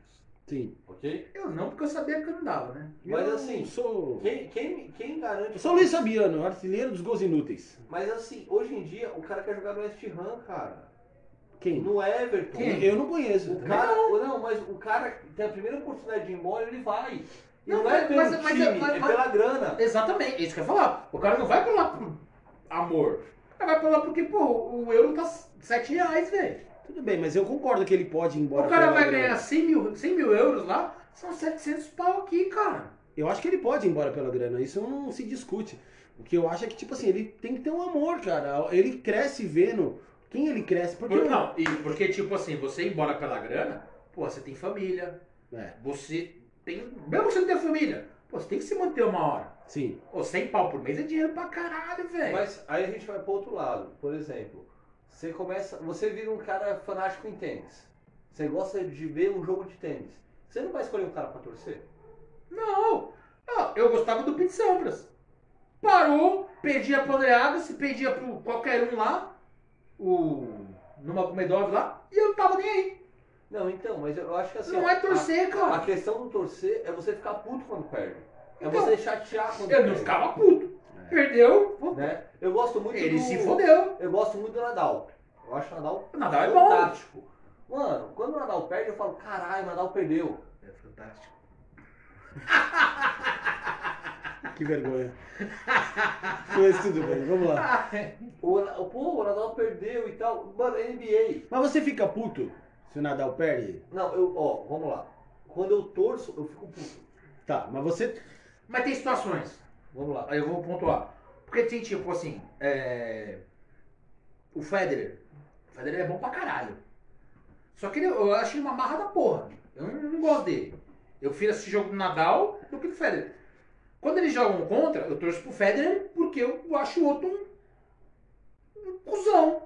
Speaker 1: Sim.
Speaker 2: ok?
Speaker 3: Eu não, porque eu sabia que eu não dava, né?
Speaker 2: Mas
Speaker 1: Eu
Speaker 2: assim,
Speaker 1: Sou,
Speaker 2: quem, quem, quem garante...
Speaker 1: sou Luiz Sabiano, artilheiro dos gols inúteis.
Speaker 2: Mas assim, hoje em dia, o cara quer jogar no West Ham, cara.
Speaker 1: Quem?
Speaker 2: No Everton.
Speaker 3: Quem?
Speaker 1: Eu não conheço.
Speaker 2: O cara, não. mas o cara tem a primeira oportunidade de ir embora, ele vai. E
Speaker 3: Não,
Speaker 2: não, é
Speaker 3: mas-
Speaker 2: pelo
Speaker 3: mas- mas-
Speaker 2: time,
Speaker 3: mas-
Speaker 2: é
Speaker 3: mas-
Speaker 2: pela grana.
Speaker 3: Exatamente, é isso que eu ia falar. O cara não vai pra lá por amor. O cara vai pra lá porque, pô, o euro tá 7 reais, velho.
Speaker 1: Tudo bem, mas eu concordo que ele pode ir embora.
Speaker 3: O cara
Speaker 1: pela
Speaker 3: vai
Speaker 1: grana.
Speaker 3: ganhar 100 mil, 100 mil euros lá, são 700 pau aqui, cara.
Speaker 1: Eu acho que ele pode ir embora pela grana, isso não se discute. O que eu acho é que, tipo assim, ele tem que ter um amor, cara. Ele cresce vendo quem ele cresce. Porque
Speaker 3: Por- não, e porque, tipo assim, você ir embora pela grana, pô, você tem família,
Speaker 1: É,
Speaker 3: você tem. Mesmo que você não tenha família, pô, você tem que se manter uma hora.
Speaker 1: sim.
Speaker 3: Ô, 100 pau por mês é dinheiro pra caralho, velho.
Speaker 2: Mas aí a gente vai pro outro lado. Por exemplo, você começa. Você vira um cara fanático em tênis. Você gosta de ver um jogo de tênis. Você não vai escolher um cara pra torcer?
Speaker 3: Não! Não, eu gostava do Pete Sampras. Parou, perdia pro Andreaga, se perdia pro qualquer um lá, o. numa Comedov lá, e eu não tava nem aí.
Speaker 2: Não, então, mas eu acho que assim.
Speaker 3: Não
Speaker 2: ó,
Speaker 3: é torcer,
Speaker 2: A, a
Speaker 3: cara.
Speaker 2: questão do torcer é você ficar puto quando perde. É
Speaker 3: Então,
Speaker 2: você chatear quando
Speaker 3: Eu
Speaker 2: perde.
Speaker 3: não ficava puto.
Speaker 1: É.
Speaker 3: Perdeu, pô,
Speaker 2: né? Eu gosto muito
Speaker 3: ele
Speaker 2: do.
Speaker 3: se fodeu.
Speaker 2: Eu gosto muito do Nadal. Eu acho o Nadal
Speaker 3: O Nadal é bom.
Speaker 2: fantástico. Mano, quando o Nadal perde, eu falo, caralho, o Nadal perdeu.
Speaker 3: É fantástico.
Speaker 1: Que vergonha. Mas tudo bem, vamos lá.
Speaker 2: O, o- pô, o Nadal perdeu e tal. Mano, NBA.
Speaker 1: Mas você fica puto se o Nadal perde?
Speaker 2: Não, eu, ó, vamos lá. Quando eu torço, eu fico puto.
Speaker 1: Tá, mas você.
Speaker 3: Mas tem situações.
Speaker 2: Vamos lá.
Speaker 3: Aí eu vou pontuar. Porque tem tipo assim, é... o Federer. O Federer é bom pra caralho. Só que ele, eu acho ele uma marra da porra. Eu não, não gosto dele. Eu prefiro assistir jogo do Nadal do que do Federer. Quando eles jogam contra, eu torço pro Federer porque eu acho o outro um, um cuzão.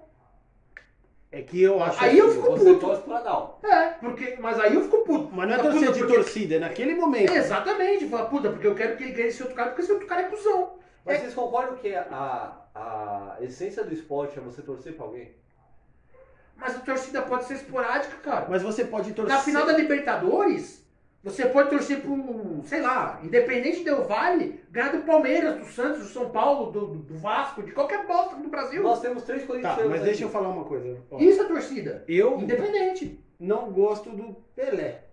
Speaker 1: É que eu acho.
Speaker 3: Aí eu fico
Speaker 2: Você
Speaker 3: puto.
Speaker 2: torce pro Nadal.
Speaker 3: É, porque, mas aí eu fico puto.
Speaker 1: Mas não é
Speaker 3: Fico puto
Speaker 1: torcer de
Speaker 3: porque-
Speaker 1: torcida, é naquele momento.
Speaker 3: Exatamente, fala, puta, porque eu quero que ele ganhe esse outro cara, porque esse outro cara é cuzão.
Speaker 2: Mas vocês concordam que a, a essência do esporte é você torcer pra alguém?
Speaker 3: Mas a torcida pode ser esporádica, cara.
Speaker 1: Mas você pode torcer. Tá,
Speaker 3: Na final da Libertadores, você pode torcer pro, sei lá, Independente Del Vale, ganhar do Palmeiras, do Santos, do São Paulo, do, do Vasco, de qualquer bosta do Brasil.
Speaker 2: Nós temos três corintianos.
Speaker 1: Tá, mas
Speaker 2: aqui.
Speaker 1: deixa eu falar uma coisa. ó.
Speaker 3: Isso é torcida.
Speaker 1: Eu
Speaker 3: Independente.
Speaker 1: não gosto do Pelé,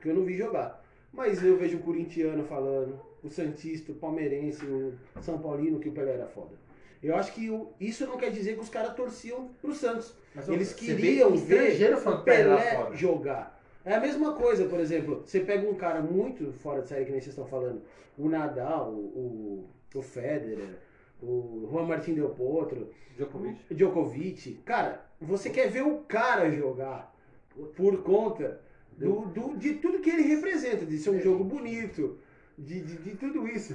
Speaker 1: que eu não vi jogar. Mas eu vejo o corintiano falando, o santista, o palmeirense, o São Paulino, que o Pelé era foda. Eu acho que o- isso não quer dizer que os caras torciam pro Santos. Eles
Speaker 3: um
Speaker 1: queriam ver o Pelé jogar. É a mesma coisa, por exemplo, você pega um cara muito fora de série, que nem vocês estão falando, o Nadal, o, o Federer, o Juan Martín Del Potro,
Speaker 2: Djokovic.
Speaker 1: Uhum. Djokovic, cara, você quer ver o cara jogar por conta do, do- de tudo que ele representa, de ser um jogo bonito, de, de, de tudo isso.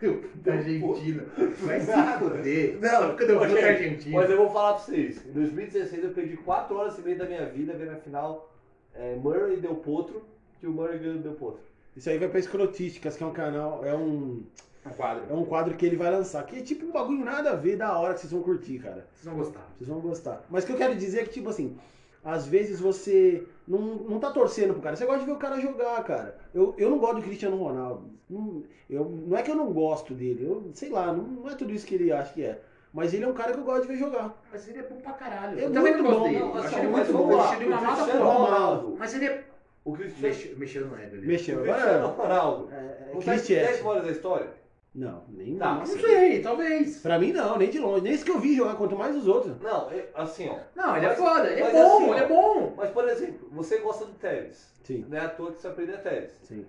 Speaker 3: da Argentina. Vai se foder.
Speaker 1: Não,
Speaker 3: porque eu
Speaker 2: Ô,
Speaker 3: vou
Speaker 2: gente,
Speaker 3: pra Argentina.
Speaker 2: Mas eu vou falar pra vocês. Em 2016 eu perdi 4 horas e meia da minha vida vendo a final é, Murray e Del Potro, que o Murray ganhou do Del Potro.
Speaker 1: Isso aí vai pra Escrotísticas, que é um canal, é um,
Speaker 3: Um quadro.
Speaker 1: é um quadro que ele vai lançar. Que é tipo um bagulho nada a ver da hora que vocês vão curtir, cara.
Speaker 3: Vocês vão gostar.
Speaker 1: Vocês vão gostar. Mas o que eu quero dizer é que, tipo assim, às vezes você não, não tá torcendo pro cara. Você gosta de ver o cara jogar, cara. Eu, eu não gosto do Cristiano Ronaldo. Não, eu, não é que eu não gosto dele. Eu sei lá, não, não é tudo isso que ele acha que é. Mas ele é um cara que eu gosto de ver jogar.
Speaker 3: Mas ele é bom pra caralho.
Speaker 1: É
Speaker 3: Eu também
Speaker 1: muito
Speaker 3: não gosto
Speaker 1: bom.
Speaker 3: dele.
Speaker 1: Não,
Speaker 2: Então,
Speaker 3: Eu
Speaker 1: assim,
Speaker 3: acho ele
Speaker 1: é muito
Speaker 3: muito bom.
Speaker 1: bom.
Speaker 3: Eu acho ele uma
Speaker 2: O
Speaker 3: massa
Speaker 2: Cristiano
Speaker 3: foda.
Speaker 2: Ronaldo.
Speaker 3: Mas ele é.
Speaker 2: O Cristiano,
Speaker 3: Mexe- Mexendo não é, bebê.
Speaker 1: Mexeu.
Speaker 2: o
Speaker 1: Agora.
Speaker 2: Cristiano Ronaldo.
Speaker 1: É, é,
Speaker 2: Contar as
Speaker 1: Cristiano.
Speaker 2: 10 horas da história?
Speaker 1: Não, nem.
Speaker 2: Tá,
Speaker 3: Não
Speaker 1: nossa.
Speaker 3: sei, talvez.
Speaker 1: Pra mim não, nem de longe. Nem isso que eu vi jogar, quanto mais os outros.
Speaker 2: Não, é- assim, ó.
Speaker 3: Não, ele é
Speaker 2: Mas-
Speaker 3: foda. Ele é
Speaker 2: mas
Speaker 3: bom,
Speaker 2: assim, ó.
Speaker 3: ele é bom.
Speaker 2: Mas, por exemplo, você gosta do Tevez.
Speaker 1: Sim,
Speaker 2: Não é à toa que você aprende a Tevez.
Speaker 1: sim.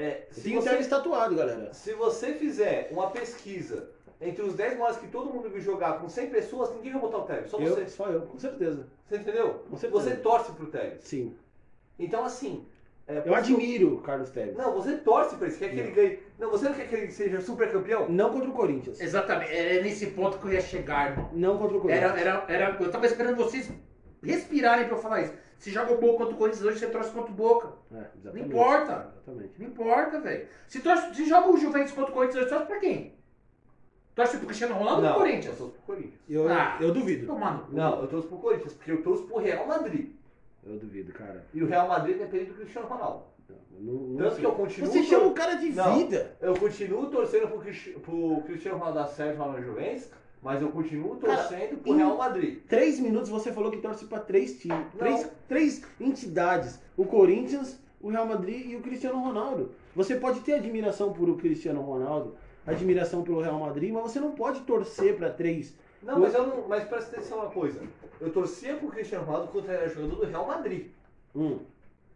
Speaker 2: É, se
Speaker 1: Tem o
Speaker 2: você
Speaker 1: Tevez tatuado, galera.
Speaker 2: Se você fizer uma pesquisa entre os 10 maiores que todo mundo viu jogar com 100 pessoas, ninguém vai botar o Tevez, só
Speaker 1: Eu,
Speaker 2: você.
Speaker 1: só eu, com certeza.
Speaker 2: Você entendeu?
Speaker 1: Com certeza.
Speaker 2: Você torce pro Tevez.
Speaker 1: Sim.
Speaker 2: Então, assim... é,
Speaker 1: Eu admiro o Carlos Tevez.
Speaker 2: Não, você torce pra isso, quer que ele ganhe... Não, você não quer que ele seja super campeão?
Speaker 1: Não contra o Corinthians.
Speaker 3: Exatamente. Era nesse ponto que eu ia chegar, irmão.
Speaker 1: Não contra o Corinthians.
Speaker 3: Era, era, era, eu tava esperando vocês respirarem pra eu falar isso. Você joga o Boca contra o Corinthians hoje, você torce contra o Boca.
Speaker 1: É, exatamente.
Speaker 3: Não importa.
Speaker 1: Exatamente.
Speaker 3: Não importa, velho. Se, torce- se joga o Juventus contra o Corinthians hoje, torce pra quem? Torce pro Cristiano Ronaldo ou pro
Speaker 2: eu
Speaker 3: Corinthians?
Speaker 2: torço pro Corinthians.
Speaker 1: Eu,
Speaker 3: Ah.
Speaker 1: eu duvido.
Speaker 3: Toma no cu.
Speaker 2: Não, eu torço pro Corinthians, porque eu torço pro Real Madrid.
Speaker 1: Eu duvido, cara.
Speaker 2: E o Real Madrid depende do Cristiano Ronaldo.
Speaker 1: Não, não, não
Speaker 2: Tanto que eu continuo...
Speaker 1: Você chama o cara de
Speaker 2: Não.
Speaker 1: vida.
Speaker 2: Eu continuo torcendo pro, Cristi- pro Cristiano Ronaldo dar certo lá no Juventus, mas eu continuo torcendo pro
Speaker 1: em-
Speaker 2: Real Madrid.
Speaker 1: Três minutos você falou que torce pra três times.
Speaker 2: Não.
Speaker 1: Três, três entidades. O Corinthians, o Real Madrid e o Cristiano Ronaldo. Você pode ter admiração por o Cristiano Ronaldo, admiração pelo Real Madrid, mas você não pode torcer pra três.
Speaker 2: Não, mas eu não. Mas presta atenção uma coisa. Eu torcia pro Cristiano Ronaldo quando era jogador do Real Madrid.
Speaker 1: Hum.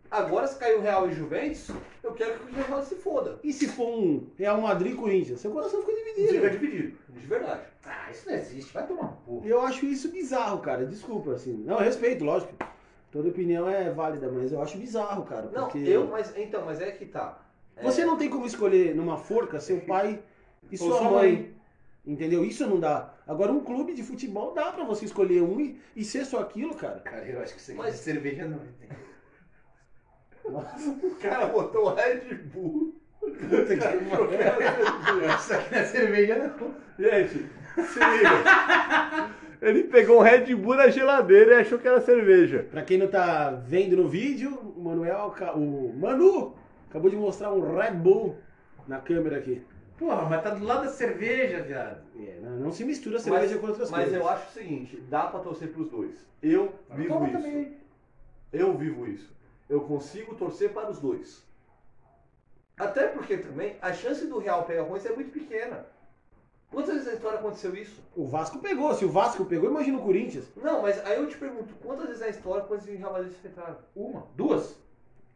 Speaker 2: Agora se caiu o Real e Juventus, eu quero que o Cristiano Ronaldo se foda.
Speaker 1: E se for um Real Madrid e Corinthians? Seu coração fica
Speaker 2: Fica
Speaker 1: dividido.
Speaker 2: dividido, de verdade.
Speaker 3: Ah, isso não existe. Vai tomar no cu.
Speaker 1: Eu acho isso bizarro, cara. Desculpa, assim. Não, eu respeito, lógico. Toda opinião é válida, mas eu acho bizarro, cara.
Speaker 2: Não,
Speaker 1: porque...
Speaker 2: eu, mas então, mas é que tá. É,
Speaker 1: Você não tem como escolher numa forca seu pai e
Speaker 3: Ou
Speaker 1: sua
Speaker 3: sua
Speaker 1: mãe. Entendeu? Isso não dá. Agora, um clube de futebol dá pra você escolher um e, e ser só aquilo, cara.
Speaker 3: Cara, eu acho que você
Speaker 2: Mas-
Speaker 3: quer cerveja não. entende?
Speaker 2: o cara botou o Red Bull.
Speaker 1: Puta que
Speaker 3: Isso aqui não é cerveja não.
Speaker 2: Gente, se liga. Ele pegou um Red Bull na geladeira e achou que era cerveja.
Speaker 1: Pra quem não tá vendo no vídeo, o Manuel, ca- o Manu, acabou de mostrar um Red Bull na câmera aqui.
Speaker 3: Porra, mas tá do lado da cerveja, viado.
Speaker 1: É, não, não se mistura cerveja com outras
Speaker 2: Mas
Speaker 1: coisas.
Speaker 2: eu acho o seguinte, dá pra torcer pros dois. Eu vivo
Speaker 3: Toma
Speaker 2: isso.
Speaker 3: também.
Speaker 2: Eu vivo isso. Eu consigo torcer para os dois. Até porque também a chance do Real pegar ruim é muito pequena. Quantas vezes na história aconteceu isso?
Speaker 1: O Vasco pegou. Se o Vasco pegou, imagina o Corinthians.
Speaker 2: Não, mas aí eu te pergunto, quantas vezes na história aconteceu o Real Madrid se enfrentaram?
Speaker 3: Uma, duas.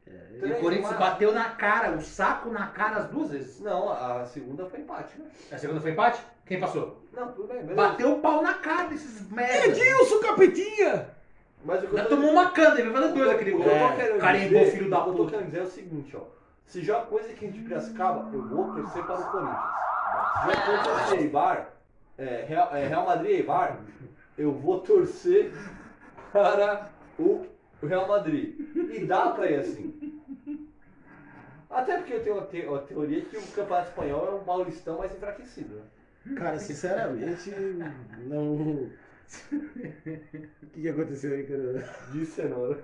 Speaker 3: E
Speaker 2: Três,
Speaker 3: o Corinthians
Speaker 2: uma-
Speaker 3: bateu na cara, o saco na cara as duas vezes.
Speaker 2: Não, a segunda foi empate, né?
Speaker 3: A segunda foi empate? Quem passou?
Speaker 2: Não, tudo bem, beleza.
Speaker 3: Bateu o pau na cara desses merda.
Speaker 1: Edilson Capetinha!
Speaker 2: Mas o que
Speaker 3: Ainda
Speaker 2: eu tô-
Speaker 3: tomou uma cana, ele vai fazer dois
Speaker 2: O
Speaker 3: aquele
Speaker 2: que eu
Speaker 3: gol.
Speaker 2: tô
Speaker 1: É,
Speaker 2: querendo
Speaker 3: Carimbou,
Speaker 2: dizer-
Speaker 3: filho da
Speaker 2: O que eu tô
Speaker 3: puta.
Speaker 2: querendo dizer é o seguinte, ó. Se joga coisa que a gente Piracicaba, eu vou torcer para o Corinthians. Se joga coisa que é Eibar, é, Real, é, Real Madrid e Eibar, eu vou torcer para o Real Madrid. E dá pra ir assim. Até porque eu tenho a, te- a teoria que o campeonato espanhol é um paulistão mais enfraquecido. né?
Speaker 1: Cara, sinceramente, não. O que, que aconteceu aí, cara?
Speaker 2: De cenoura.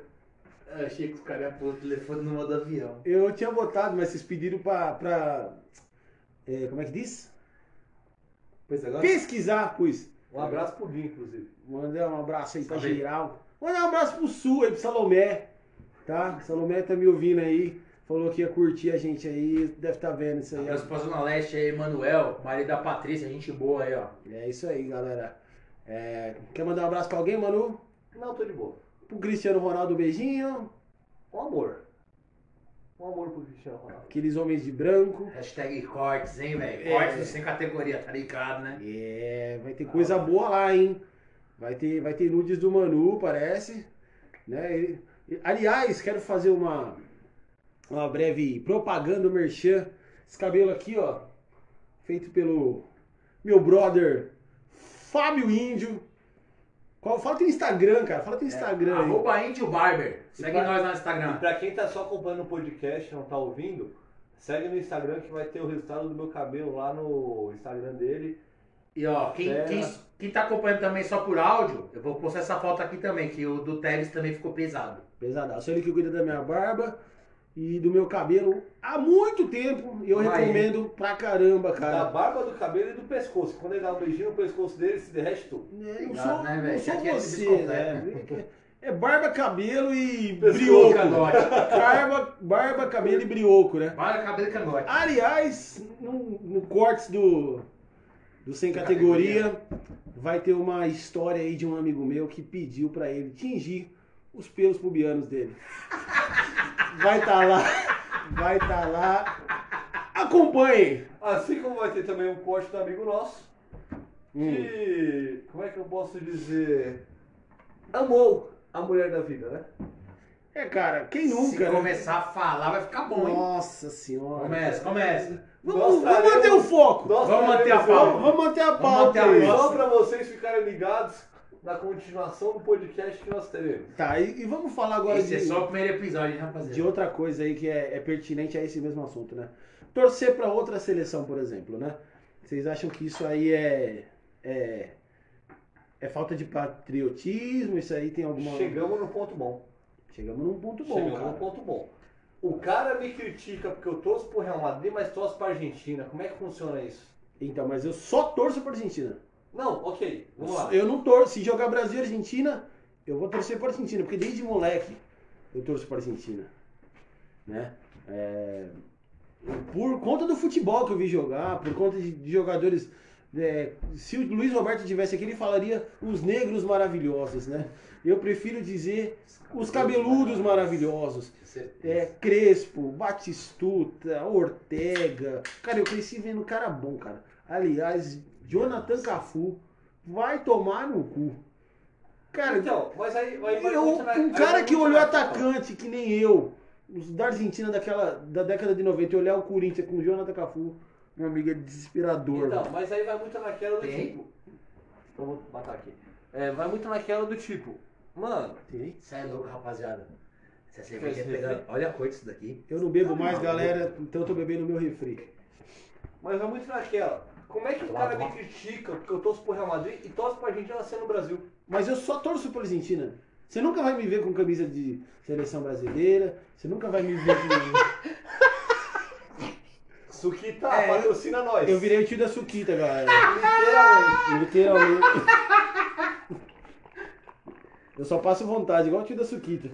Speaker 3: Eu achei que os caras iam pôr o telefone no modo avião.
Speaker 1: Eu tinha botado, mas vocês pediram pra. pra é, como é que diz?
Speaker 3: Pois agora?
Speaker 1: Pesquisar, pus.
Speaker 2: Um abraço pro Gui, inclusive.
Speaker 1: Mandar um abraço aí pra
Speaker 3: Salve.
Speaker 1: geral. Mandar um abraço pro Sul aí, pro Salomé. Tá? Salomé tá me ouvindo aí. Falou que ia curtir a gente aí. Deve estar tá vendo isso aí.
Speaker 3: As Zona Leste aí, Emanuel, marido da Patrícia, gente boa aí, ó.
Speaker 1: É isso aí, galera. É, quer mandar um abraço pra alguém, Manu?
Speaker 2: Não, tô de boa.
Speaker 1: Pro Cristiano Ronaldo, um beijinho.
Speaker 2: Um amor. Um amor pro Cristiano Ronaldo.
Speaker 1: Aqueles homens de branco.
Speaker 3: Hashtag cortes, hein, velho?
Speaker 1: É.
Speaker 3: Cortes sem categoria, tá ligado, né?
Speaker 1: É, vai ter coisa boa lá, hein? Vai ter, vai ter nudes do Manu, parece. Né? E- e- aliás, quero fazer uma, uma breve propaganda um merchan. Esse cabelo aqui, ó, feito pelo meu brother Fábio Índio. Qual, fala teu Instagram, cara. Fala teu Instagram aí.
Speaker 3: Arroba Índio Barber. Segue
Speaker 1: pra-
Speaker 3: nós lá
Speaker 2: E
Speaker 3: no Instagram.
Speaker 2: Pra quem tá só acompanhando o podcast, não tá ouvindo, Segue no Instagram que vai ter o resultado do meu cabelo lá no Instagram dele.
Speaker 3: E ó, quem,
Speaker 2: É.
Speaker 3: quem, quem tá acompanhando também só por áudio, eu vou postar essa foto aqui também, que o do Tevez também ficou pesado.
Speaker 1: Pesadaço. Ele que cuida da minha barba e do meu cabelo há muito tempo. E eu
Speaker 3: Vai.
Speaker 1: recomendo pra caramba,
Speaker 2: Da
Speaker 1: cara.
Speaker 2: barba, do cabelo e do pescoço. Quando ele dá um beijinho no pescoço dele, se derrete tudo.
Speaker 1: É, Eu
Speaker 3: Não,
Speaker 1: sou,
Speaker 3: né,
Speaker 1: eu
Speaker 3: velho?
Speaker 1: sou
Speaker 3: Aqui é
Speaker 1: você,
Speaker 3: desconto,
Speaker 1: né? É barba, cabelo e
Speaker 2: Pescoço,
Speaker 1: brioco.
Speaker 3: Cangote.
Speaker 1: Barba, barba, cabelo e brioco, né?
Speaker 3: Vale cabelo e cangote.
Speaker 1: Aliás, no, no cortes do, do Sem categoria, vai ter uma história aí de um amigo meu que pediu pra ele tingir os pelos pubianos dele. Vai tá lá, vai tá lá. Acompanhe!
Speaker 2: Assim como vai ter também um corte do amigo nosso,
Speaker 1: Hum,
Speaker 2: que, como é que eu posso dizer, amou a mulher da vida, né?
Speaker 1: É, cara, quem
Speaker 3: Se
Speaker 1: nunca, né?
Speaker 3: começar a falar, vai ficar bom, hein?
Speaker 1: Nossa senhora. um
Speaker 3: Começa, começa.
Speaker 1: Vamos,
Speaker 2: Nós
Speaker 1: vamos manter o
Speaker 2: traremos-
Speaker 1: foco.
Speaker 2: Nós
Speaker 3: Vamos manter a
Speaker 2: traremos-
Speaker 3: pauta.
Speaker 1: Vamos, vamos manter a
Speaker 3: Vamos manter
Speaker 1: pauta
Speaker 3: a
Speaker 1: aí.
Speaker 3: pauta.
Speaker 2: Só para vocês ficarem ligados na continuação do podcast que nós teremos.
Speaker 1: Tá, e, e vamos falar agora
Speaker 3: Esse é
Speaker 1: de...
Speaker 3: só um o primeiro episódio, hein, rapaziada?
Speaker 1: De outra coisa aí que é, é pertinente a esse mesmo assunto, né? Torcer pra outra seleção, por exemplo, né? Vocês acham que isso aí é, é é falta de patriotismo? Isso aí tem alguma
Speaker 2: Chegamos no ponto bom.
Speaker 1: Chegamos num ponto bom,
Speaker 2: Chegamos no
Speaker 1: cara.
Speaker 2: ponto bom. O cara me critica porque eu torço pro Real Madrid, mas torço pra Argentina. Como é que funciona isso?
Speaker 1: Então, mas eu só torço pra Argentina.
Speaker 2: Não, ok, vamos lá.
Speaker 1: Eu não torço. Se jogar Brasil e Argentina, eu vou torcer pra Argentina, porque desde moleque eu torço pra Argentina, né? É, Por conta do futebol que eu vi jogar, por conta de, de jogadores. é, se o Luiz Roberto tivesse aqui, ele falaria os negros maravilhosos, né? Eu prefiro dizer os cabeludos maravilhosos. É, Crespo, Batistuta, Ortega. Cara, eu cresci vendo cara bom, cara. Aliás, Jonathan Cafu vai tomar no cu. Cara,
Speaker 2: Então, mas aí... aí vai
Speaker 1: eu-
Speaker 2: continuar- aí
Speaker 1: um
Speaker 2: vai
Speaker 1: cara que olhou
Speaker 2: continuar.
Speaker 1: atacante, que nem eu, os da Argentina daquela, da década de 90, e olhar o Corinthians com o Jonathan Cafu, meu amigo, é desesperador.
Speaker 2: Então,
Speaker 1: mano.
Speaker 2: mas aí vai muito naquela do
Speaker 3: Tem?
Speaker 2: tipo... Eu vou matar aqui. É, vai muito naquela do tipo... Mano,
Speaker 1: Tem?
Speaker 3: Você é louco, rapaziada. Essa cerveja é
Speaker 2: Quer
Speaker 3: pesada.
Speaker 2: dizer-
Speaker 3: Olha a cor disso daqui.
Speaker 1: Eu não bebo
Speaker 3: Tá
Speaker 1: mais,
Speaker 3: maluco.
Speaker 1: galera, então eu tô bebendo meu refri.
Speaker 2: mas vai muito naquela. Como é que o
Speaker 3: Lá,
Speaker 2: cara
Speaker 3: lá.
Speaker 2: me critica porque eu torço pro Real Madrid e torço pra Argentina ser no Brasil?
Speaker 1: Mas eu só torço pra Argentina. Você nunca vai me ver com camisa de seleção brasileira. Você nunca vai me ver com.
Speaker 2: Suquita,
Speaker 1: É, eu-
Speaker 2: tá, patrocina nós.
Speaker 1: Eu virei o tio da Suquita, galera.
Speaker 2: Literalmente.
Speaker 1: Literalmente. Eu só passo vontade, igual o tio da Suquita.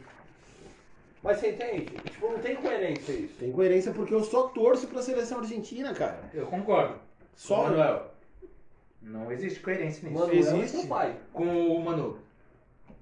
Speaker 2: Mas você entende? Tipo, não tem coerência isso.
Speaker 1: Tem coerência porque eu só torço pra seleção argentina, cara.
Speaker 3: Eu concordo.
Speaker 1: Só. um?
Speaker 3: Manuel. Não existe coerência nisso.
Speaker 2: Mano,
Speaker 1: Existe?
Speaker 2: É o seu pai.
Speaker 3: Com o Manu.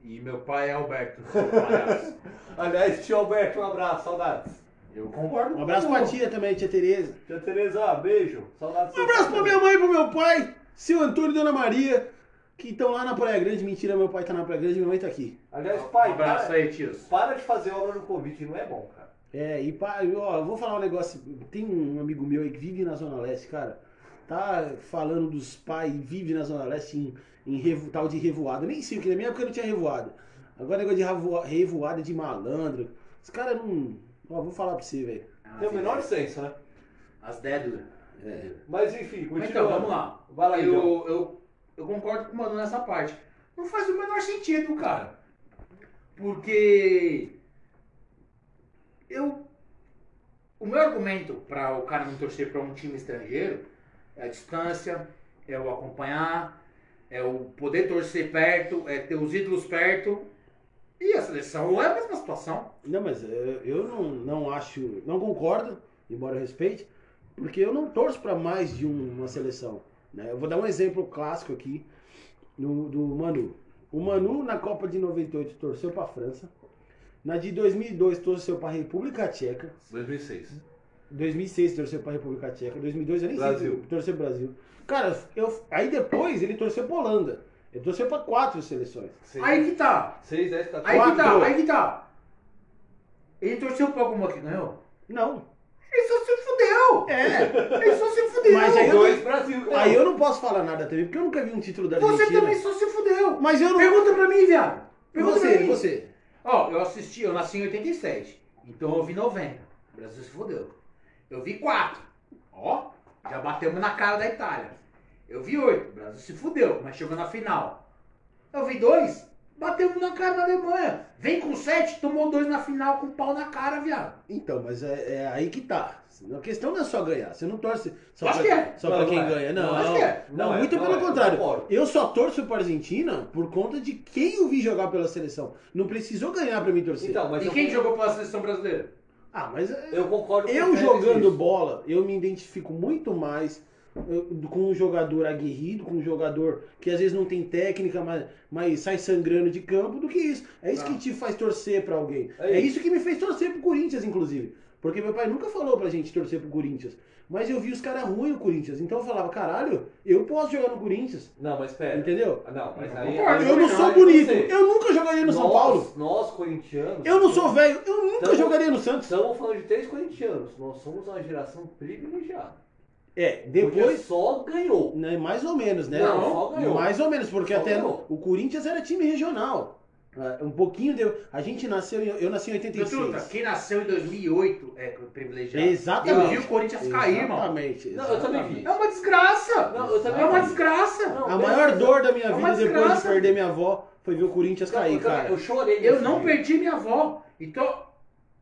Speaker 3: E meu pai é Alberto. seu palhaço.
Speaker 2: Aliás, tio Alberto, um abraço, saudades.
Speaker 3: Eu concordo.
Speaker 1: Um abraço pra tia também, tia Tereza.
Speaker 2: Tia Tereza, beijo. Saudades.
Speaker 1: Um abraço pra minha mãe e pro meu pai, seu Antônio e Dona Maria, que estão lá na Praia Grande. Mentira, meu pai tá na Praia Grande minha mãe tá aqui.
Speaker 2: Aliás, pai,
Speaker 3: Um abraço
Speaker 2: para,
Speaker 3: aí, tios.
Speaker 2: para de fazer obra no Covid, não é bom, cara.
Speaker 1: É, e pá, eu- ó, eu vou falar um negócio. Tem um amigo meu aí que vive na Zona Leste, cara. Tá falando dos pais, vive na Zona Leste em, em revo- tal de revoada. Nem sei, porque na minha época não tinha revoada. Agora negócio de ravo- revoada de malandro. Os caras não. Ó, vou falar pra você, velho.
Speaker 2: Tem o menor senso, né?
Speaker 3: As dédulas.
Speaker 2: Mas enfim,
Speaker 3: Mas
Speaker 2: continuando.
Speaker 3: Então, vamos lá.
Speaker 2: Vai lá, então.
Speaker 3: Eu, eu, eu concordo com o Manu nessa parte. Não faz o menor sentido, cara. Porque eu o meu argumento para o cara não torcer para um time estrangeiro é a distância, é o acompanhar, é o poder torcer perto, é ter os ídolos perto. E a seleção é a mesma situação.
Speaker 1: Não, mas eu, eu não, não acho. Não concordo, embora eu respeite, porque eu não torço pra mais de um- uma seleção. né? Eu vou dar um exemplo clássico aqui no- do Manu. O Manu na Copa de 98 torceu pra França. Na de 2002 torceu pra República Tcheca.
Speaker 2: 2006.
Speaker 1: 2006 torceu pra República Tcheca. 2002 eu nem sei.
Speaker 2: Brasil.
Speaker 1: se Torceu pro Brasil. Cara, eu, aí depois ele torceu pra Holanda. Ele torceu pra quatro seleções.
Speaker 3: Aí que tá.
Speaker 2: 6, 10, 14.
Speaker 3: Aí que
Speaker 1: Quatro.
Speaker 3: tá, aí que tá. Ele torceu pra alguma que ganhou?
Speaker 1: Não.
Speaker 3: Ele só se fudeu!
Speaker 1: É.
Speaker 3: Ele só se fudeu!
Speaker 1: Mas aí eu-
Speaker 2: é dois Brasil, né? cara.
Speaker 1: Aí eu não posso falar nada também, porque eu nunca vi um título da
Speaker 3: Você
Speaker 1: Argentina.
Speaker 3: também só se fudeu!
Speaker 1: Mas eu não.
Speaker 3: Pergunta pra mim, viado! Pergunta
Speaker 1: Você,
Speaker 3: pra mim!
Speaker 1: você.
Speaker 3: Ó, eu assisti, eu nasci em 87, então eu vi 90. O Brasil se fudeu. Eu vi quatro. Ó, já batemos na cara da Itália. Eu vi oito. O Brasil se fudeu, mas chegou na final. Eu vi dois. Batemos na cara da Alemanha. Vem com sete, tomou dois na final com o pau na cara, viado.
Speaker 1: Então, mas é, é aí que tá. A questão não é só ganhar. Você não torce só
Speaker 3: Acho
Speaker 1: pra,
Speaker 3: que é.
Speaker 1: só
Speaker 2: Não,
Speaker 1: pra
Speaker 2: não
Speaker 1: quem
Speaker 2: é.
Speaker 1: ganha. Não,
Speaker 3: Acho que é.
Speaker 1: Não,
Speaker 2: é,
Speaker 1: muito
Speaker 2: não
Speaker 1: pelo
Speaker 2: é, eu
Speaker 1: contrário.
Speaker 2: concordo.
Speaker 1: Eu só torço pra Argentina por conta de quem eu vi jogar pela seleção. Não precisou ganhar pra mim torcer.
Speaker 2: Então, mas
Speaker 3: e
Speaker 2: eu,
Speaker 3: quem jogou pela seleção brasileira?
Speaker 1: ah, mas é-
Speaker 2: eu concordo com o
Speaker 1: eu
Speaker 2: Pérez
Speaker 1: jogando
Speaker 2: nisso.
Speaker 1: bola, eu me identifico muito mais eh, com um jogador aguerrido, com um jogador que às vezes não tem técnica, mas, mas sai sangrando de campo, do que isso. É isso
Speaker 3: Ah.
Speaker 1: que te faz torcer pra alguém.
Speaker 2: É
Speaker 1: É isso que me fez torcer pro Corinthians, inclusive. Porque meu pai nunca falou pra gente torcer pro Corinthians. Mas eu vi os caras ruins no Corinthians. Então eu falava, caralho, eu posso jogar no Corinthians.
Speaker 2: Não, mas pera.
Speaker 1: Entendeu?
Speaker 2: Ah, Não, mas
Speaker 3: Eu
Speaker 2: aí.
Speaker 3: concordo,
Speaker 2: aí
Speaker 1: Eu não
Speaker 2: aí
Speaker 1: sou
Speaker 2: você-
Speaker 1: bonito. Eu nunca jogaria no São
Speaker 2: Nós-
Speaker 1: Paulo.
Speaker 2: Nós, corintianos.
Speaker 1: Eu não sou velho. Eu nunca
Speaker 2: Então-
Speaker 1: jogaria no Santos.
Speaker 2: Estamos falando de três corintianos. Nós somos uma geração privilegiada.
Speaker 1: É,
Speaker 2: Porque
Speaker 1: depois.
Speaker 2: só ganhou.
Speaker 1: Né, mais ou menos, né?
Speaker 2: Não, só ganhou.
Speaker 1: Mais ou menos, porque
Speaker 2: Só
Speaker 1: até
Speaker 2: ganhou.
Speaker 1: o Corinthians era time regional. Ah, Um pouquinho deu. A gente nasceu. em- Eu nasci em
Speaker 3: Meu
Speaker 1: 86.
Speaker 3: truta, quem nasceu em 2008 é privilegiado. Eu vi
Speaker 1: Exatamente.
Speaker 3: o Corinthians cair, irmão.
Speaker 1: Exatamente.
Speaker 2: Não, eu também vi.
Speaker 3: É uma desgraça!
Speaker 2: Não, eu também
Speaker 3: É uma
Speaker 2: vi.
Speaker 3: desgraça!
Speaker 2: Não,
Speaker 1: A
Speaker 2: eu-
Speaker 1: maior dor da minha
Speaker 3: É
Speaker 1: vida
Speaker 3: uma
Speaker 1: depois de
Speaker 3: desgraça.
Speaker 1: perder minha avó foi ver o Corinthians
Speaker 2: Não,
Speaker 1: cair,
Speaker 2: eu também-
Speaker 1: cara.
Speaker 2: Eu chorei.
Speaker 3: Eu
Speaker 2: nesse
Speaker 3: não
Speaker 2: dia.
Speaker 3: perdi minha avó. Então,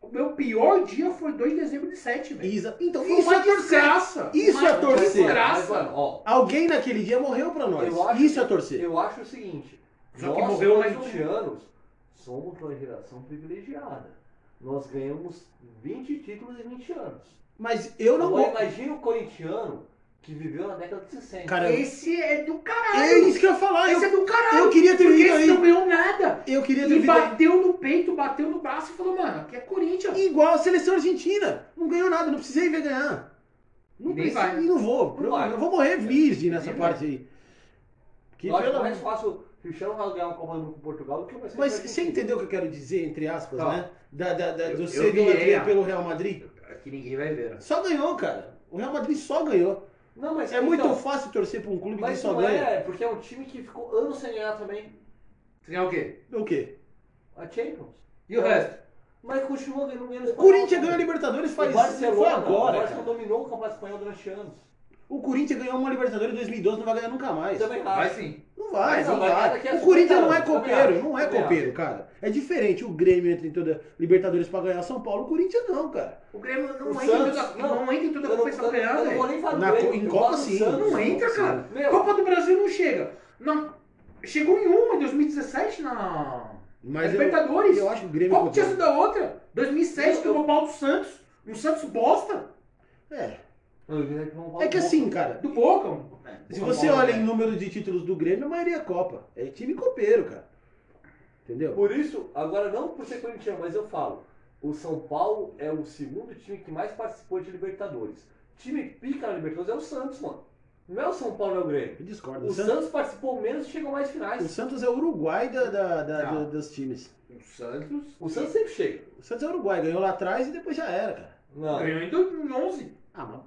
Speaker 3: o meu pior dia foi 2 de dezembro de 7, velho.
Speaker 1: Isa- Então,
Speaker 3: Foi
Speaker 1: isso é torcer.
Speaker 3: desgraça!
Speaker 1: Isso
Speaker 3: Uma
Speaker 1: é torcer.
Speaker 2: Mas,
Speaker 3: desgraça!
Speaker 2: mano, ó,
Speaker 1: Alguém naquele dia morreu pra nós.
Speaker 2: Eu acho-
Speaker 1: Isso é torcer.
Speaker 2: Eu acho o seguinte,
Speaker 3: Só que
Speaker 2: nós
Speaker 3: morreu mais um.
Speaker 2: corintianos somos uma geração privilegiada. Nós ganhamos 20 títulos em 20 anos.
Speaker 1: Mas eu não.
Speaker 2: Agora imagina o corintiano que viveu na década de 60.
Speaker 1: Cara,
Speaker 3: Esse é do
Speaker 1: é
Speaker 3: caralho!
Speaker 1: isso que eu ia falar.
Speaker 3: Esse
Speaker 1: Eu,
Speaker 3: é do caralho!
Speaker 1: eu queria ter
Speaker 3: Porque
Speaker 1: vindo
Speaker 3: esse não
Speaker 1: aí.
Speaker 3: ganhou nada!
Speaker 1: Eu queria ter
Speaker 3: E
Speaker 1: vindo aí.
Speaker 3: bateu no peito, bateu no braço e falou, mano, aqui é Corinthians.
Speaker 1: Igual a seleção argentina. Não ganhou nada, não precisei ver ganhar. Não
Speaker 3: Nem
Speaker 1: preciso,
Speaker 3: vai.
Speaker 1: e não vou.
Speaker 2: Não
Speaker 1: eu,
Speaker 2: vai.
Speaker 1: eu vou morrer virgem nessa
Speaker 3: Nem
Speaker 1: parte aí. Que
Speaker 2: eu acho
Speaker 1: pela-
Speaker 2: mais fácil o Cristiano Ronaldo ganhar um comando com Portugal do que vai ser
Speaker 1: Mas
Speaker 2: com a
Speaker 1: você
Speaker 2: Argentina.
Speaker 1: entendeu o que eu quero dizer, entre aspas,
Speaker 2: Tá.
Speaker 1: né? Da, da, da,
Speaker 3: Eu-
Speaker 1: do
Speaker 3: eu
Speaker 1: idolatria
Speaker 3: virei, ó.
Speaker 1: pelo Real Madrid?
Speaker 3: Aqui ninguém vai ver.
Speaker 1: Só ganhou, cara. O Real Madrid só ganhou.
Speaker 2: Não, mas
Speaker 1: É muito
Speaker 2: então,
Speaker 1: fácil torcer pra um clube que
Speaker 2: Mas
Speaker 1: só
Speaker 2: não
Speaker 1: ganha.
Speaker 2: é, porque é um time que ficou anos sem ganhar também
Speaker 3: Você ganhou o quê?
Speaker 2: é-
Speaker 1: O quê?
Speaker 2: a Champions.
Speaker 3: E o resto?
Speaker 2: Mas continua ganhando menos.
Speaker 1: O Corinthians ganhou a Libertadores
Speaker 2: o
Speaker 1: faz.
Speaker 2: Barcelona,
Speaker 1: Foi
Speaker 2: o
Speaker 1: agora.
Speaker 2: Barcelona
Speaker 1: cara.
Speaker 2: dominou o campeonato espanhol durante anos.
Speaker 1: O Corinthians ganhou uma Libertadores em 2012, não vai ganhar nunca mais.
Speaker 2: Eu também acho.
Speaker 3: Vai sim.
Speaker 1: Não vai,
Speaker 2: Mas não,
Speaker 1: não
Speaker 2: vai
Speaker 1: vai.
Speaker 2: ganhar daqui a
Speaker 1: O Corinthians
Speaker 2: 50
Speaker 1: não é
Speaker 2: anos, também
Speaker 1: copeiro,
Speaker 2: acho,
Speaker 1: não é
Speaker 2: também
Speaker 1: copeiro, cara. É diferente. O Grêmio entra em toda Libertadores pra ganhar São Paulo, o Corinthians não, cara.
Speaker 3: O Grêmio não,
Speaker 2: O
Speaker 3: entra,
Speaker 2: Santos,
Speaker 3: em toda,
Speaker 2: não.
Speaker 3: não. entra em toda
Speaker 2: Eu
Speaker 3: a
Speaker 2: não,
Speaker 3: competição
Speaker 2: eu, eu não vou
Speaker 3: ganhada.
Speaker 2: nem falar do
Speaker 1: tá Na
Speaker 2: Grêmio,
Speaker 1: Co- em
Speaker 2: eu
Speaker 1: Copa,
Speaker 2: falo do
Speaker 1: sim.
Speaker 2: Santos.
Speaker 3: Não entra, cara.
Speaker 2: Meu,
Speaker 3: Copa do Brasil não chega. Não, chegou em uma, em 2017, na
Speaker 1: Mas eu,
Speaker 3: Libertadores.
Speaker 1: eu acho que o Grêmio é
Speaker 3: Qual que tinha
Speaker 1: copeiro.
Speaker 3: sido a outra? 2007,
Speaker 2: Eu-
Speaker 3: tomou pau do Santos. Um Santos bosta.
Speaker 1: É.
Speaker 2: meu,
Speaker 1: é que assim, cara,
Speaker 3: Do Boca. um-
Speaker 1: se
Speaker 3: Boca
Speaker 1: você
Speaker 3: mal,
Speaker 1: olha
Speaker 3: né?
Speaker 1: em número de títulos do Grêmio, a maioria é Copa. É time copeiro, cara. Entendeu?
Speaker 2: Por isso, agora não por ser corintiano, mas eu falo. O São Paulo é o segundo time que mais participou de Libertadores. Time pica na Libertadores é o Santos, mano. Não é o São Paulo, é o Grêmio.
Speaker 1: Eu discordo.
Speaker 2: O
Speaker 1: O Santos,
Speaker 2: Santos participou menos e chegou mais
Speaker 1: o
Speaker 2: finais.
Speaker 1: Santos é o Uruguai da, da- da-
Speaker 3: Não.
Speaker 1: do- dos times.
Speaker 3: O Santos.
Speaker 2: O Santos sempre chega.
Speaker 1: O Santos é o Uruguai, ganhou lá atrás e depois já era, cara.
Speaker 2: Não.
Speaker 3: Ganhou em 2011.
Speaker 1: Ah, mas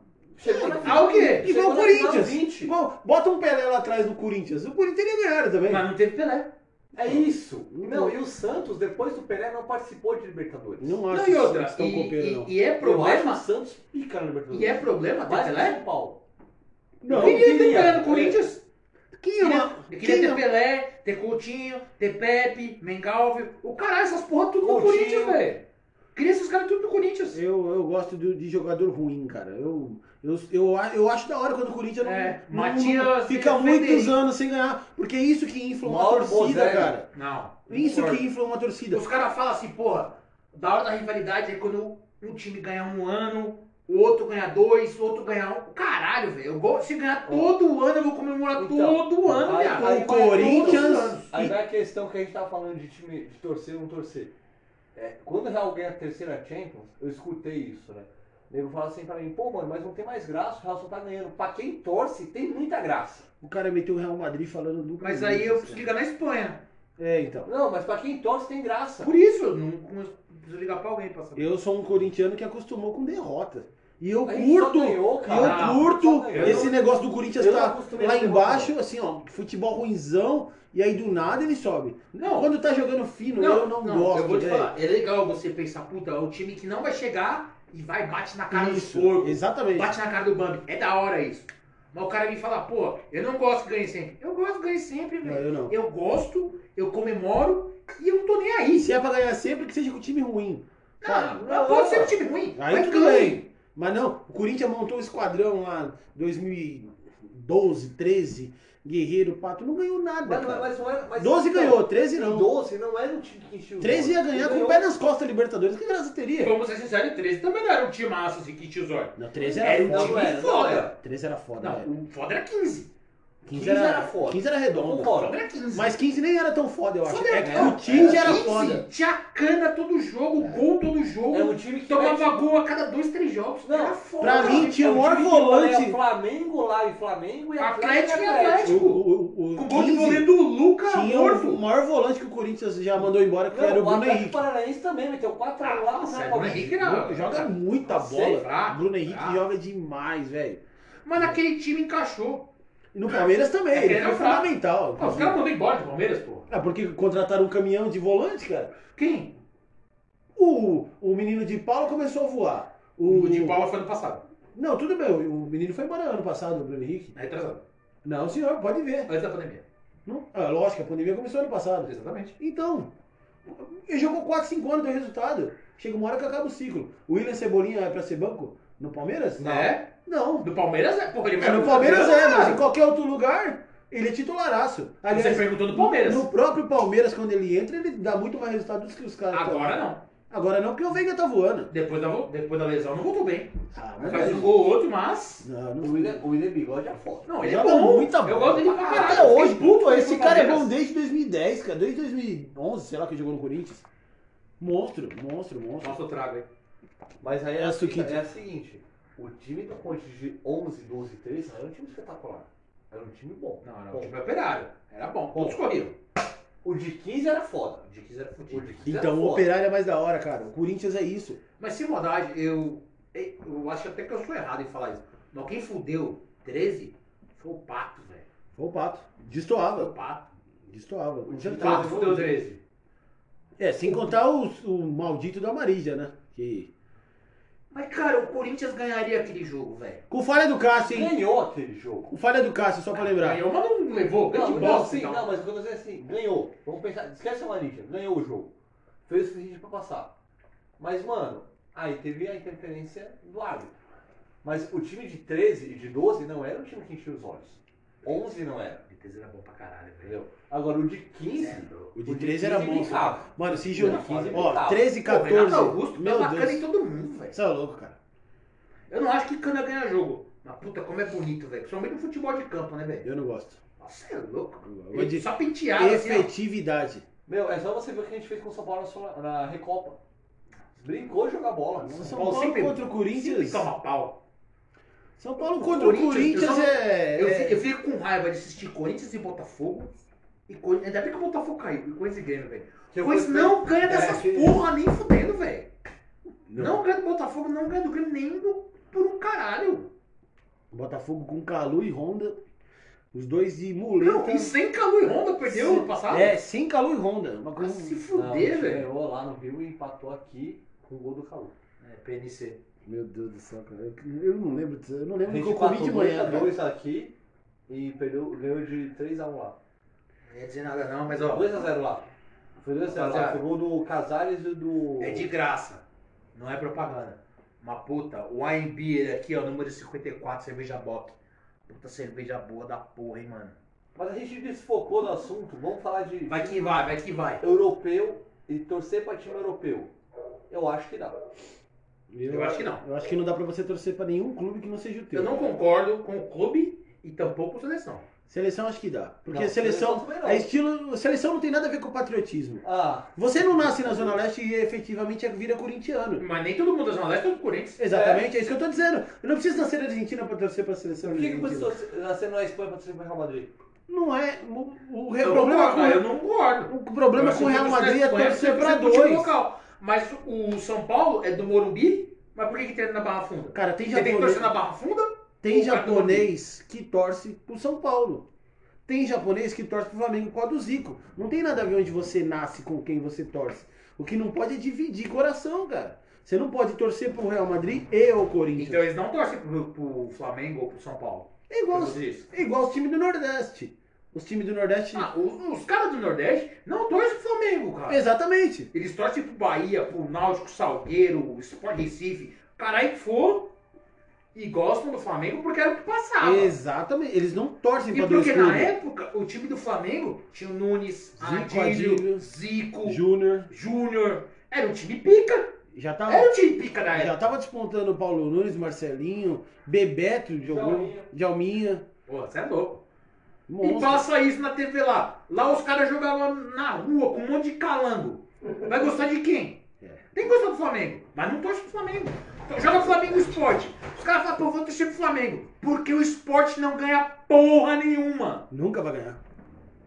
Speaker 2: Chegou na
Speaker 3: Ah,
Speaker 2: final.
Speaker 3: o quê?
Speaker 2: Chegou
Speaker 1: igual o
Speaker 2: na final
Speaker 1: Corinthians.
Speaker 2: 20.
Speaker 1: Igual- bota um Pelé lá atrás do Corinthians. O Corinthians teria ganhado também.
Speaker 3: Mas não teve Pelé.
Speaker 2: É isso.
Speaker 3: Então-
Speaker 2: Não, e o Santos, depois do Pelé, não participou de Libertadores.
Speaker 1: Não acho
Speaker 3: Não,
Speaker 1: que
Speaker 3: e
Speaker 1: o
Speaker 3: outra.
Speaker 1: Santos tão
Speaker 3: e-
Speaker 1: copeiro,
Speaker 3: e-
Speaker 1: não.
Speaker 3: e é
Speaker 2: Eu acho que o
Speaker 3: problema.
Speaker 2: Santos pica na Libertadores.
Speaker 3: E é problema ter
Speaker 2: mais que o
Speaker 3: Pelé?
Speaker 2: São Paulo.
Speaker 1: Não,
Speaker 3: eu queria ter
Speaker 2: queria.
Speaker 3: Pelé no Corinthians.
Speaker 1: Quem é
Speaker 3: Queria-
Speaker 1: uma...
Speaker 3: Eu
Speaker 1: quem
Speaker 3: queria
Speaker 1: não-
Speaker 3: ter Pelé, ter Coutinho, ter Pepe, Mengalve. O caralho, essas porra tudo no
Speaker 2: Coutinho.
Speaker 3: Corinthians, velho. Queria esses caras tudo no Corinthians.
Speaker 1: Eu, eu gosto do- de jogador ruim, cara. Eu, eu, eu, a- eu acho da hora quando o Corinthians não,
Speaker 3: É,
Speaker 1: não-
Speaker 3: Matias,
Speaker 1: não fica
Speaker 3: é,
Speaker 1: muitos
Speaker 3: Frederico.
Speaker 1: anos sem ganhar. Porque é isso que infla uma
Speaker 2: Mauro
Speaker 1: torcida,
Speaker 2: Bozelli.
Speaker 1: cara.
Speaker 3: Não. não
Speaker 1: Isso
Speaker 3: concordo.
Speaker 1: que infla uma torcida.
Speaker 3: Os caras falam assim, porra, da hora da rivalidade é quando um time ganha um ano, o outro ganha dois, o outro ganha um. Caralho, velho. Eu vou, se ganhar todo ano, eu vou comemorar
Speaker 2: Então,
Speaker 3: todo um ano,
Speaker 2: aí-
Speaker 3: viado.
Speaker 2: aí
Speaker 1: O
Speaker 2: vai tudo.
Speaker 1: Corinthians.
Speaker 2: Aí vai a questão que a gente tá falando de time de torcer ou não torcer. É, quando o Real ganha a terceira Champions, eu escutei isso, né? O nego fala assim pra mim, pô, mano, mas não tem mais graça, o Real só tá ganhando. Pra quem torce, tem muita graça.
Speaker 1: O cara meteu o Real Madrid falando do.
Speaker 3: Mas aí eu preciso
Speaker 1: Corinthians,
Speaker 3: ligar na Espanha.
Speaker 1: cara. É, então.
Speaker 2: Não, mas pra quem torce, tem graça.
Speaker 3: Por isso, eu não preciso ligar pra alguém pra saber.
Speaker 1: Eu sou um corintiano que acostumou com derrota. E eu
Speaker 2: A gente só
Speaker 1: curto.
Speaker 2: ganhou,
Speaker 1: e
Speaker 2: cara.
Speaker 1: eu
Speaker 2: Só
Speaker 1: curto
Speaker 2: ganhou.
Speaker 1: esse negócio do Corinthians
Speaker 2: Eu não
Speaker 1: tá
Speaker 2: acostumei
Speaker 1: lá
Speaker 2: com derrota.
Speaker 1: embaixo, assim, ó, futebol ruinzão, e aí do nada ele sobe.
Speaker 3: Não.
Speaker 1: Quando tá jogando fino, eu não, gosto.
Speaker 3: Eu vou te
Speaker 1: velho.
Speaker 3: falar, é legal você pensar, puta, é um time que não vai chegar e vai bate na cara
Speaker 1: Isso,
Speaker 3: do porco,
Speaker 1: Exatamente.
Speaker 3: bate na cara do Bambi. É da hora isso. Mas o cara me fala, pô, eu não gosto que ganhe sempre. Eu gosto que ganhe sempre,
Speaker 1: Não,
Speaker 3: velho.
Speaker 1: eu não.
Speaker 3: Eu gosto, eu comemoro e eu não tô nem aí.
Speaker 1: E se é pra ganhar sempre, que seja com o time ruim.
Speaker 3: Não,
Speaker 1: Não,
Speaker 3: não, pode
Speaker 1: não.
Speaker 3: ser um time ruim.
Speaker 1: Aí
Speaker 3: mas
Speaker 1: tudo
Speaker 3: ganhe.
Speaker 1: bem. Mas não, o Corinthians montou um esquadrão lá em 2012, 13, Guerreiro, Pato, não ganhou nada.
Speaker 2: Mas,
Speaker 1: cara.
Speaker 2: mas não era, mas,
Speaker 1: 12
Speaker 2: então,
Speaker 1: ganhou, 13 não.
Speaker 2: 12 não era um time que encheu. o
Speaker 1: 13 ia
Speaker 2: jogo.
Speaker 1: ganhar com
Speaker 2: Ganhou.
Speaker 1: o pé nas costas Libertadores, que graça
Speaker 3: E
Speaker 1: teria?
Speaker 3: vamos ser sinceros, o 13 também não era um time massa assim que tinha os olhos.
Speaker 1: Não, 13
Speaker 3: Era
Speaker 1: era
Speaker 3: um
Speaker 2: É, então Não,
Speaker 1: foda.
Speaker 2: não era,
Speaker 3: time
Speaker 2: não era.
Speaker 3: foda.
Speaker 1: treze era foda, é. velho.
Speaker 3: Não, o foda era 15.
Speaker 1: 15 era,
Speaker 2: 15 era foda.
Speaker 1: 15 era
Speaker 2: Eu
Speaker 1: redondo.
Speaker 3: O
Speaker 2: concordo.
Speaker 3: foda era 15.
Speaker 1: Mas 15 nem era tão foda, eu acho.
Speaker 3: Foda era
Speaker 1: É que
Speaker 2: não.
Speaker 1: o Tinge
Speaker 2: Era
Speaker 1: era
Speaker 3: 15,
Speaker 1: foda.
Speaker 3: Tinha cana todo jogo, gol todo jogo.
Speaker 2: É um time que
Speaker 3: tomava
Speaker 1: tipo
Speaker 2: mete-
Speaker 3: gol a cada dois, três jogos.
Speaker 2: Não,
Speaker 3: era foda.
Speaker 1: pra mim, tinha
Speaker 2: É
Speaker 1: o
Speaker 2: um
Speaker 1: maior
Speaker 2: time que goleia
Speaker 1: volante.
Speaker 2: Flamengo lá e Flamengo e
Speaker 3: Atlético
Speaker 2: Atlético.
Speaker 3: e
Speaker 2: e
Speaker 1: O,
Speaker 3: Atlético.
Speaker 1: o, o,
Speaker 3: Com
Speaker 1: o
Speaker 3: o gol de
Speaker 1: 15
Speaker 3: goleiro do Luca
Speaker 1: tinha um
Speaker 3: Morvo.
Speaker 1: o maior volante que o Corinthians já mandou embora, que era o
Speaker 2: Não, o
Speaker 1: Bruno
Speaker 2: Atlético
Speaker 3: é
Speaker 1: Henrique.
Speaker 2: Paranaense também meteu 4
Speaker 3: Ah,
Speaker 2: lá.
Speaker 3: nossa,
Speaker 2: né,
Speaker 3: Bruno
Speaker 2: Palmeiras.
Speaker 3: Henrique era-
Speaker 1: Joga muita
Speaker 3: Sei
Speaker 1: bola.
Speaker 3: lá,
Speaker 1: Bruno Henrique
Speaker 3: lá.
Speaker 1: joga demais, velho.
Speaker 3: Mas naquele time encaixou.
Speaker 1: E no Palmeiras também,
Speaker 3: É que
Speaker 1: ele
Speaker 3: ele
Speaker 1: foi
Speaker 3: é fraco.
Speaker 1: fundamental.
Speaker 3: Ah, os
Speaker 1: inclusive.
Speaker 3: caras mandam embora do Palmeiras, pô.
Speaker 1: Ah, porque contrataram um caminhão de volante, cara.
Speaker 3: Quem?
Speaker 1: O, o menino de Paulo começou a voar. O,
Speaker 3: O de Paula foi ano passado.
Speaker 1: Não, tudo bem. O menino foi embora ano passado, o Bruno Henrique.
Speaker 3: Retrasado.
Speaker 1: Não, senhor, pode ver.
Speaker 3: Antes da pandemia.
Speaker 1: Não? Ah, lógico, a pandemia começou ano passado.
Speaker 3: Exatamente.
Speaker 1: Então, ele jogou 4, 5 anos, deu resultado. Chega uma hora que acaba o ciclo. O William Cebolinha é pra ser banco? No Palmeiras?
Speaker 3: É?
Speaker 1: Não.
Speaker 3: Do Palmeiras é. Porra, ele
Speaker 1: É,
Speaker 3: vai
Speaker 1: no
Speaker 3: pro
Speaker 1: Palmeiras é, mas em qualquer outro lugar, ele é titularaço.
Speaker 3: Você
Speaker 1: Aliás,
Speaker 3: perguntou do Palmeiras.
Speaker 1: no próprio Palmeiras, quando ele entra, ele dá muito mais resultado do que os caras.
Speaker 3: Agora não.
Speaker 1: Agora não, porque o Veiga tá voando.
Speaker 3: Depois da, vo- depois da lesão não voltou bem.
Speaker 1: Ah,
Speaker 3: Faz um gol ou outro, mas.
Speaker 1: Não, tá não
Speaker 2: O William, o William Bigode é foda.
Speaker 3: Não, ele
Speaker 1: Joga
Speaker 3: é bom.
Speaker 1: muita
Speaker 3: Eu
Speaker 1: bola.
Speaker 3: gosto dele pra caralho.
Speaker 1: Até hoje,
Speaker 3: Fiquei puto
Speaker 1: pô,
Speaker 3: com ele
Speaker 1: esse
Speaker 3: no
Speaker 1: cara é
Speaker 3: Palmeiras.
Speaker 1: bom desde 2010, cara. Desde 2011, sei lá, que ele jogou no Corinthians. Monstro, monstro, monstro.
Speaker 3: Nossa, eu trago, hein?
Speaker 2: Mas aí
Speaker 1: É
Speaker 2: a
Speaker 1: a
Speaker 2: fita
Speaker 1: Suquita.
Speaker 2: é a seguinte: o time do Conte de 11, 12, 13 não era um time espetacular. Era um time bom.
Speaker 3: Não, era
Speaker 2: Bom.
Speaker 3: um time operário. Era bom.
Speaker 2: Bom.
Speaker 3: Todos corriam.
Speaker 2: O de 15 era foda.
Speaker 3: O de 15 era
Speaker 2: O
Speaker 3: fodido.
Speaker 2: de 15 era
Speaker 1: Então, o
Speaker 2: foda.
Speaker 1: Operário é mais da hora, cara. O Corinthians é isso.
Speaker 3: Mas sem maldade, eu. Eu acho até que eu sou errado em falar isso. Mas quem fudeu 13 foi o Pato, velho.
Speaker 1: Foi o Pato.
Speaker 3: Foi
Speaker 1: Destoava.
Speaker 3: o Pato.
Speaker 1: Destoava. com
Speaker 3: O
Speaker 1: certeza.
Speaker 3: Pato fudeu 13.
Speaker 1: É, sem contar o, o maldito da Marília, né? Que...
Speaker 3: Mas, cara, o Corinthians ganharia aquele jogo, velho.
Speaker 1: Com falha do Cássio, hein?
Speaker 2: Ganhou aquele jogo.
Speaker 1: Com falha do Cássio, só pra lembrar.
Speaker 3: Ganhou, mas não levou. Grande
Speaker 2: Não, não,
Speaker 3: bosta,
Speaker 2: sim,
Speaker 3: então.
Speaker 2: não, mas o que eu tô dizendo é assim: ganhou. Vamos pensar, esquece a Marília, ganhou o jogo. Fez o suficiente pra passar. Mas, mano, aí teve a interferência do árbitro. Mas o time de 13 e de 12 não era um time que enchia os olhos. 11 não era,
Speaker 3: O 13 era bom pra caralho, velho. é
Speaker 2: entendeu? Agora o de 15.
Speaker 1: O de 13 era monstro.
Speaker 2: brincava.
Speaker 1: Mano, se
Speaker 2: Não,
Speaker 1: jogo.
Speaker 2: 15
Speaker 1: Ó,
Speaker 2: brincava.
Speaker 1: 13,
Speaker 3: Pô, o Renato
Speaker 1: 14.
Speaker 3: Augusto
Speaker 1: Meu
Speaker 3: deu bacana em
Speaker 1: Deus.
Speaker 3: todo mundo, velho.
Speaker 1: Você é louco, cara.
Speaker 3: Eu não acho que Cana ganha jogo. Mas puta, como é bonito, velho. Principalmente no futebol de campo, né, velho?
Speaker 1: Eu não gosto.
Speaker 3: Nossa, é louco.
Speaker 1: Eu gosto
Speaker 3: Ele
Speaker 1: de
Speaker 3: Só penteado, assim,
Speaker 1: Efetividade.
Speaker 2: Meu, é só você ver o que a gente fez com o São Paulo na Sul- na Recopa. Brincou de jogar bola.
Speaker 1: São
Speaker 3: Paulo
Speaker 1: Paulo
Speaker 3: sempre-
Speaker 1: contra o
Speaker 3: ó. Sempre
Speaker 1: Corinthians.
Speaker 3: toma pau.
Speaker 1: São Paulo contra o
Speaker 3: Corinthians,
Speaker 1: Corinthians é.
Speaker 3: Eu, fi-
Speaker 1: é-
Speaker 3: eu fico com raiva de assistir Corinthians e Botafogo. E Cor... Ainda bem que o Botafogo caiu. E Corinthians e Grêmio, velho.
Speaker 2: Que eu
Speaker 3: Corinthians
Speaker 2: gostei.
Speaker 3: não ganha
Speaker 2: É,
Speaker 3: dessas
Speaker 2: que-
Speaker 3: porra nem fudendo, velho. Não.
Speaker 1: Não.
Speaker 3: ganha do Botafogo, não ganha do Grêmio nem do... por um caralho.
Speaker 1: Botafogo com Calu e Honda. Os dois de
Speaker 3: Não,
Speaker 1: muleta.
Speaker 3: e sem Calu e Honda perdeu
Speaker 1: Se-
Speaker 3: no passado.
Speaker 1: É, sem Calu e Honda. Uma
Speaker 3: Ah,
Speaker 1: coisa-
Speaker 3: se
Speaker 2: Não, a gente
Speaker 3: fuder, velho.
Speaker 2: Ganhou lá no Rio e empatou aqui com o gol do Calu.
Speaker 3: É, PNC.
Speaker 1: Meu Deus do céu, cara. Eu eu não lembro disso. Eu não lembro
Speaker 2: A
Speaker 1: do que
Speaker 2: gente
Speaker 1: eu comi de
Speaker 2: empatou dois
Speaker 1: manhã, né?
Speaker 2: a
Speaker 1: cara.
Speaker 2: dois aqui e perdeu, ganhou de 3x1 lá.
Speaker 3: Não ia dizer nada não, mas ó,
Speaker 2: 2x0 lá. Foi 2x0 lá.
Speaker 3: Rapaziada.
Speaker 2: Foi gol do Casares e do.
Speaker 3: é de graça. Não é propaganda. Uma puta, o Wine Beer aqui, ó, número 54, cerveja Bock. Puta cerveja boa da porra, hein, mano.
Speaker 2: Mas a gente desfocou do assunto. Vamos falar de
Speaker 3: Vai que vai, vai que vai.
Speaker 2: europeu e torcer pra time europeu. Eu acho que dá.
Speaker 3: Eu acho que não.
Speaker 1: Eu acho que não dá pra você torcer pra nenhum clube que não seja o teu.
Speaker 3: Eu não concordo com o clube e tampouco com a seleção.
Speaker 1: Seleção acho que dá. Porque
Speaker 2: Não,
Speaker 1: seleção.
Speaker 2: também não.
Speaker 1: É estilo. Seleção não tem nada a ver com patriotismo.
Speaker 2: Ah,
Speaker 1: Você não nasce na Zona Leste e efetivamente é- vira corintiano.
Speaker 3: Mas nem todo mundo da Zona Leste, todo Corinthians.
Speaker 1: Exatamente, é. isso que eu tô dizendo. Eu não preciso nascer na Argentina pra torcer pra seleção
Speaker 2: por que, que você
Speaker 1: argentina.
Speaker 2: torce- nasceu na Espanha pra torcer pro Real Madrid?
Speaker 1: Não é. O, o re-
Speaker 3: Eu
Speaker 1: problema,
Speaker 3: concordo, Então, eu
Speaker 1: com,
Speaker 3: não concordo.
Speaker 1: o problema
Speaker 3: Eu acho
Speaker 1: com o
Speaker 3: que
Speaker 1: Real
Speaker 3: você
Speaker 1: Madrid é
Speaker 3: escolhe
Speaker 1: torcer
Speaker 3: você
Speaker 1: pra
Speaker 3: curte o
Speaker 1: dois.
Speaker 3: local. Mas o São Paulo é do Morumbi, mas por que que treina na Barra Funda?
Speaker 1: Cara, tem
Speaker 3: Você tem que
Speaker 1: japonês,
Speaker 3: torcer na Barra Funda?
Speaker 1: tem
Speaker 3: o cara do
Speaker 1: japonês que torce pro São Paulo. Tem japonês que torce pro Flamengo por causa do Zico. Não tem nada a ver onde você nasce com quem você torce. O que não pode é dividir coração, cara. Você não pode torcer pro Real Madrid e o Corinthians.
Speaker 3: Então eles não torcem pro, pro Flamengo ou pro São Paulo.
Speaker 1: é igual, os-
Speaker 3: Todos isso.
Speaker 1: é igual os times do Nordeste. Os times do Nordeste.
Speaker 3: Ah, tá. os, os caras do Nordeste não torcem pro Flamengo, cara.
Speaker 1: Exatamente.
Speaker 3: Eles torcem pro Bahia, pro Náutico, Salgueiro, Sport Recife, caralho que for, e gostam do Flamengo porque era o que passava.
Speaker 1: Exatamente. Eles não torcem
Speaker 3: Ah, E
Speaker 1: pra dois
Speaker 3: porque na
Speaker 1: clubes.
Speaker 3: época o time do Flamengo tinha o Nunes,
Speaker 1: Zico, Adílio,
Speaker 3: Adílio, Zico,
Speaker 1: Júnior.
Speaker 3: Júnior. Era um time pica.
Speaker 1: Já tava,
Speaker 3: Era um time pica da
Speaker 1: já
Speaker 3: época.
Speaker 1: tava despontando o Paulo Nunes, Marcelinho, Bebeto jogou,
Speaker 2: Djalminha.
Speaker 1: Djalminha.
Speaker 3: Pô, você é louco. E
Speaker 1: Monstro.
Speaker 3: passa isso na TV lá. Lá os caras jogavam na rua com um monte de calango. Vai gostar de quem?
Speaker 1: É.
Speaker 3: Tem que gostar do Flamengo, mas não torce pro Flamengo. Então, Joga Flamengo Esporte. Os caras falam, pô, vou torcer pro Flamengo. Porque o esporte não ganha porra nenhuma.
Speaker 1: Nunca vai ganhar.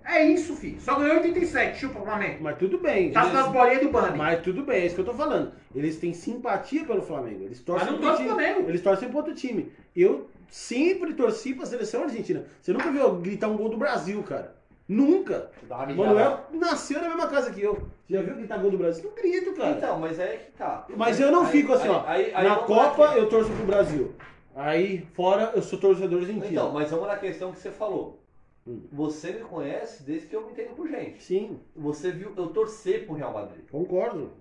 Speaker 3: É isso, fi. Só ganhou 87, chupa o Flamengo.
Speaker 1: Mas tudo bem.
Speaker 3: Tá
Speaker 1: eles-
Speaker 3: nas bolinhas do Bambi.
Speaker 1: Mas tudo bem, é isso que eu tô falando. Eles têm simpatia pelo Flamengo. Eles torcem
Speaker 3: Mas não
Speaker 1: pro
Speaker 3: torce
Speaker 1: time.
Speaker 3: pro Flamengo.
Speaker 1: Eles torcem pro outro time. Eu sempre torci pra seleção argentina. Você nunca viu eu gritar um gol do Brasil, cara. Nunca. O Manuel nasceu na mesma casa que eu. Você já viu gritar gol do Brasil? Não grito, cara.
Speaker 2: Então, mas aí é que tá.
Speaker 1: Mas eu não fico assim, ó.
Speaker 2: aí-
Speaker 3: Então,
Speaker 2: aí
Speaker 1: Na
Speaker 2: vamos lá
Speaker 1: Copa
Speaker 2: que-
Speaker 1: eu torço pro Brasil. Aí, fora, eu sou torcedor argentino.
Speaker 2: Então, mas vamos na questão que você falou.
Speaker 1: Hum.
Speaker 2: Você me conhece desde que eu me entendo por gente.
Speaker 1: Sim,
Speaker 2: Você viu eu torcer pro Real Madrid.
Speaker 1: concordo.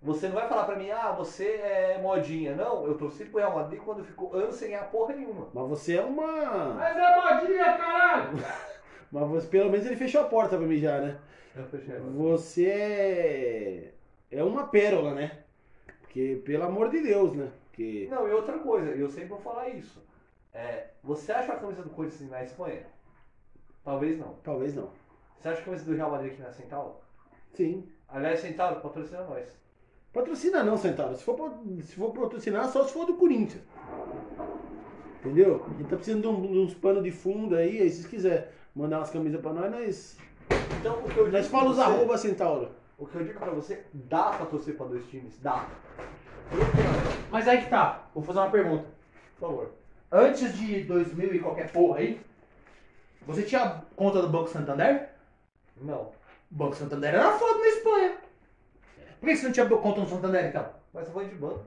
Speaker 2: Você não vai falar pra mim, ah, você é modinha. Não, eu torci pro Real Madrid quando ficou anos sem ganhar porra nenhuma.
Speaker 1: Mas você é uma.
Speaker 3: é modinha, caralho!
Speaker 1: Mas você- pelo menos ele fechou a porta pra mim já, né?
Speaker 2: Eu fechei agora.
Speaker 1: Você é- é uma pérola, né? Porque, pelo amor de Deus, né? Porque
Speaker 2: Não, e outra coisa, eu sempre vou falar isso. É, você acha a camisa do Corinthians na Espanha? Talvez não.
Speaker 1: talvez não.
Speaker 2: Você acha a camisa do Real Madrid aqui na Centauro?
Speaker 1: Sim.
Speaker 2: Aliás, Centauro, patrocina nós.
Speaker 1: Patrocina não, Centauro. Se for, pa- se for patrocinar, só se for do Corinthians. Entendeu? A gente tá precisando de, um- de uns panos de fundo aí, aí se vocês quiserem mandar umas camisas pra nós, nós,
Speaker 2: Então, o que eu digo
Speaker 1: nós
Speaker 2: pra
Speaker 1: fala os
Speaker 2: você-
Speaker 1: arroba Centauro.
Speaker 2: O que eu digo pra você, dá pra torcer pra dois times, dá. Por
Speaker 3: Mas aí que tá. Vou fazer uma pergunta.
Speaker 2: favor.
Speaker 3: Antes de 2000 e qualquer porra aí, você tinha conta do Banco Santander?
Speaker 2: Não.
Speaker 3: O Banco Santander era foda na Espanha. Por que você não tinha conta no Santander, então?
Speaker 2: Mas eu vou de banco.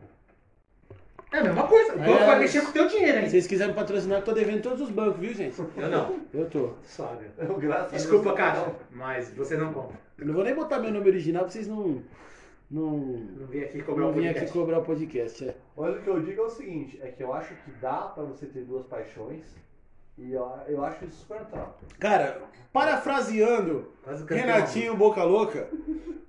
Speaker 3: É a mesma coisa. O banco
Speaker 1: É,
Speaker 3: vai
Speaker 1: mas-
Speaker 3: mexer com o teu dinheiro
Speaker 1: Se
Speaker 3: ainda.
Speaker 1: vocês quiserem patrocinar, eu tô devendo todos os bancos, viu, gente?
Speaker 3: Eu não.
Speaker 1: Eu tô.
Speaker 3: Suave.
Speaker 2: Eu, graças a
Speaker 3: Desculpa,
Speaker 2: Deus,
Speaker 3: cara.
Speaker 2: não.
Speaker 3: Mas você não compra.
Speaker 1: Eu não vou nem botar meu nome original pra vocês não. Não.
Speaker 3: Não vim aqui cobrar
Speaker 1: Não
Speaker 3: o
Speaker 1: vim aqui
Speaker 3: podcast.
Speaker 1: cobrar o podcast. É.
Speaker 2: Mas o que eu digo é o seguinte, é que eu acho que dá pra você ter duas paixões e eu, eu acho isso super natural.
Speaker 1: Cara, parafraseando
Speaker 3: Quase campeão.
Speaker 1: Renatinho Boca Louca,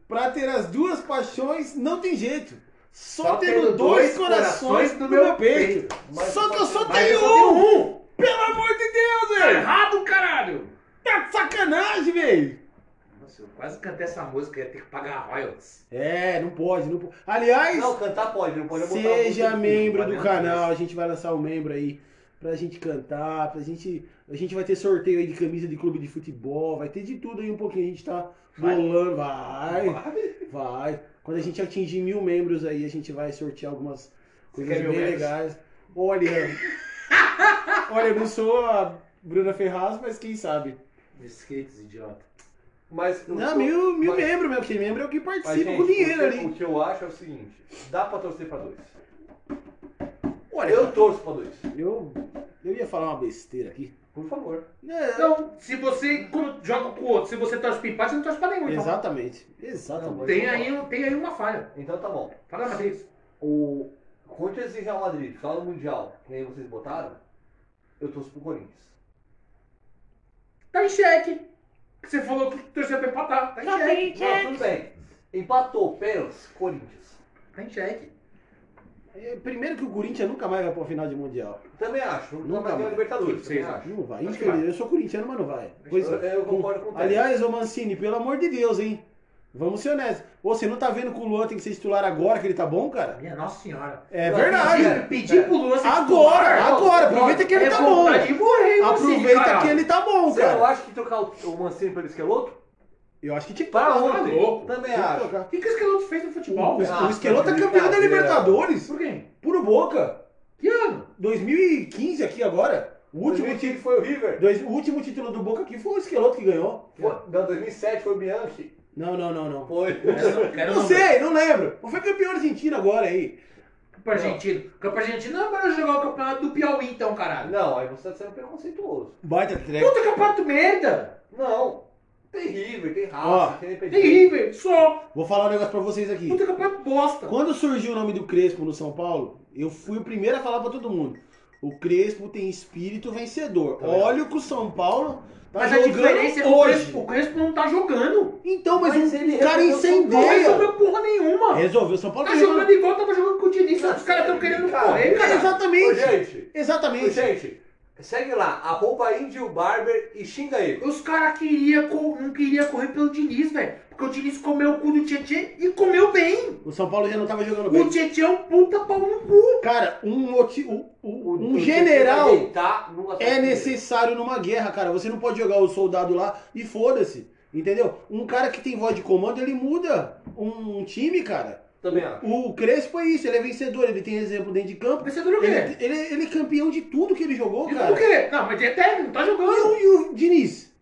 Speaker 1: pra ter as duas paixões não tem jeito. Só,
Speaker 3: Só
Speaker 1: tenho dois corações no meu peito.
Speaker 2: Mas
Speaker 1: Só que eu só
Speaker 3: Mas eu
Speaker 1: tenho
Speaker 3: só
Speaker 1: um!
Speaker 3: tenho um!
Speaker 1: Pelo amor de Deus,
Speaker 3: Tá
Speaker 1: velho!
Speaker 3: errado, caralho!
Speaker 1: Tá de sacanagem, velho!
Speaker 3: Nossa, eu quase cantei essa música, ia ter que pagar royalties.
Speaker 1: É, não pode, não pode. Aliás,
Speaker 2: Não, cantar pode, não pode eu vou botar
Speaker 1: É seja
Speaker 2: muito-
Speaker 1: membro
Speaker 3: Vai
Speaker 1: do
Speaker 3: dentro
Speaker 1: canal, a gente vai lançar um membro aí pra gente cantar, pra gente. A gente vai ter sorteio aí de camisa de clube de futebol, vai ter de tudo aí um pouquinho, a gente tá
Speaker 3: Vai?
Speaker 1: bolando, vai.
Speaker 2: Vai.
Speaker 1: Vai. Quando a gente atingir mil membros aí, a gente vai sortear algumas coisas
Speaker 3: quer
Speaker 1: bem
Speaker 3: mil membros?
Speaker 1: legais. Olha, olha, eu não sou a Bruna Ferraz, mas quem sabe.
Speaker 3: Biscuits, idiota.
Speaker 2: Mas o que
Speaker 1: Não,
Speaker 2: eu-
Speaker 1: mil, mil
Speaker 2: mas-
Speaker 1: membros, meu, porque membro é o que
Speaker 2: mas,
Speaker 1: participa
Speaker 2: gente,
Speaker 1: com o
Speaker 2: o
Speaker 1: dinheiro
Speaker 2: que-
Speaker 1: ali.
Speaker 2: O que eu acho é o seguinte, dá pra torcer pra dois.
Speaker 1: Olha, eu,
Speaker 2: Eu torço pra dois.
Speaker 1: eu, ia falar uma besteira aqui.
Speaker 2: Por favor.
Speaker 1: É,
Speaker 3: Então, se você, quando joga com o outro, se você torce pro empate, você não torce pra
Speaker 1: tá
Speaker 3: nenhum. Então.
Speaker 1: exatamente, exatamente.
Speaker 3: Tem aí, um- tem aí uma falha.
Speaker 2: Então tá bom.
Speaker 3: Fala, Matheus.
Speaker 2: O Corinthians e Real Madrid, final do Mundial, que nem vocês botaram, eu torço pro Corinthians.
Speaker 3: Tá em xeque. Você falou que torceu pra empatar. Tá em xeque.
Speaker 2: Não, tudo bem. Empatou, pênalti, Corinthians.
Speaker 3: Tá em xeque.
Speaker 1: É, Primeiro que o Corinthians nunca mais vai pra uma final de Mundial.
Speaker 2: Também acho. Não
Speaker 1: Nunca
Speaker 2: vai ter
Speaker 1: mais.
Speaker 2: o Libertadores,
Speaker 3: Sim,
Speaker 2: também acho.
Speaker 1: Não vai,
Speaker 3: Acho que
Speaker 1: infelizmente. Eu sou corintiano, mas não vai. Pois é.
Speaker 2: Eu, eu concordo com o Ted.
Speaker 1: Aliás, ô Mancini, pelo amor de Deus, hein? Vamos ser honestos. Ô, Você não tá vendo que o Luan tem que ser titular agora, que ele tá bom, cara?
Speaker 3: Minha nossa senhora.
Speaker 1: É
Speaker 2: Não,
Speaker 1: verdade.
Speaker 2: cara.
Speaker 3: Pedi, pedi pro Lúcio.
Speaker 1: Agora, agora, aproveita
Speaker 2: É
Speaker 1: que ele tá bom.
Speaker 3: assim,
Speaker 1: Aproveita que ele tá bom,
Speaker 2: Você não
Speaker 1: cara.
Speaker 2: acha que trocar o, o Mancini pelo Esqueloto?
Speaker 1: Eu acho que tinha que
Speaker 2: Pra
Speaker 1: tocar,
Speaker 2: ontem.
Speaker 1: né?
Speaker 3: louco.
Speaker 2: Também
Speaker 1: Tinha que
Speaker 2: acho.
Speaker 1: tocar.
Speaker 3: O que, que o Esqueloto fez no futebol?
Speaker 1: O,
Speaker 2: Ah,
Speaker 1: o Esqueloto é
Speaker 2: tá de
Speaker 1: campeão da
Speaker 2: brincadeira.
Speaker 1: Libertadores.
Speaker 3: Por quem?
Speaker 1: Puro Boca.
Speaker 3: Que ano?
Speaker 1: 2015 aqui agora. O último,
Speaker 2: 2015
Speaker 1: ti-
Speaker 2: foi o River.
Speaker 1: dois- o último título do Boca aqui foi o Esqueloto que ganhou.
Speaker 2: Foi, não, 2007 foi o Bianchi.
Speaker 1: Não, não, não, não.
Speaker 2: Foi.
Speaker 3: Quero
Speaker 1: um
Speaker 3: é
Speaker 1: Não sei, não lembro. Mas foi campeão argentino agora aí.
Speaker 3: Campo Argentino. Campo Argentino não é melhor jogar o campeonato do Piauí, então, caralho.
Speaker 2: Não, aí você tá sendo preconceituoso.
Speaker 1: Baita treta.
Speaker 3: Puta campeonato merda!
Speaker 2: Não. Tem River, tem
Speaker 1: Ó,
Speaker 2: Racing, tem
Speaker 3: Tem
Speaker 2: Independente.
Speaker 3: River, só.
Speaker 1: Vou falar um negócio pra vocês aqui.
Speaker 3: Puta campeonato bosta.
Speaker 1: Quando surgiu o nome do Crespo no São Paulo, eu fui o primeiro a falar pra todo mundo. O Crespo tem espírito vencedor.
Speaker 2: Tá vendo?
Speaker 1: Olha o que o São Paulo tá
Speaker 3: Mas a
Speaker 1: jogando
Speaker 3: diferença é que o
Speaker 1: hoje.
Speaker 3: Crespo, o Crespo não tá jogando.
Speaker 1: Então, mas,
Speaker 2: Mas
Speaker 1: o
Speaker 2: ele
Speaker 1: cara
Speaker 2: resolveu o São
Speaker 3: Não
Speaker 1: incendeia.
Speaker 3: resolveu porra nenhuma.
Speaker 1: Resolveu. O São Paulo
Speaker 3: Tá
Speaker 1: tá jogando...
Speaker 3: jogando igual tava jogando com o Diniz. Os caras tão querendo
Speaker 2: Cara,
Speaker 3: correr,
Speaker 1: Tá Cara,
Speaker 3: cara.
Speaker 2: Ô,
Speaker 1: Exatamente.
Speaker 2: gente, ô,
Speaker 1: Exatamente.
Speaker 2: gente, segue lá, arroba Indio Barber e xinga ele.
Speaker 3: Os caras queria, co- não queriam correr pelo Diniz, velho. Porque o Diniz comeu o cu do Tietchan e comeu bem.
Speaker 1: O São Paulo já não tava jogando bem.
Speaker 3: O Tietchan é um puta pau no cu.
Speaker 1: Cara, um, moti- um- um- um
Speaker 2: O
Speaker 1: general
Speaker 2: Tietchan vai deitar no Atlético
Speaker 1: é
Speaker 2: Mineiro.
Speaker 1: necessário numa guerra, cara. Você não pode jogar o soldado lá e foda-se. Entendeu? Um cara que tem voz de comando, ele muda um, um time, cara.
Speaker 2: Também acho.
Speaker 1: O Crespo é isso, ele é vencedor, ele tem exemplo dentro de campo.
Speaker 3: Vencedor o
Speaker 1: Ele,
Speaker 3: quê?
Speaker 1: ele, ele é campeão de tudo que ele jogou,
Speaker 3: Ele
Speaker 1: cara.
Speaker 3: não querer. Não, mas ele é técnico, não tá
Speaker 1: E
Speaker 3: jogando.
Speaker 1: o, e o Diniz?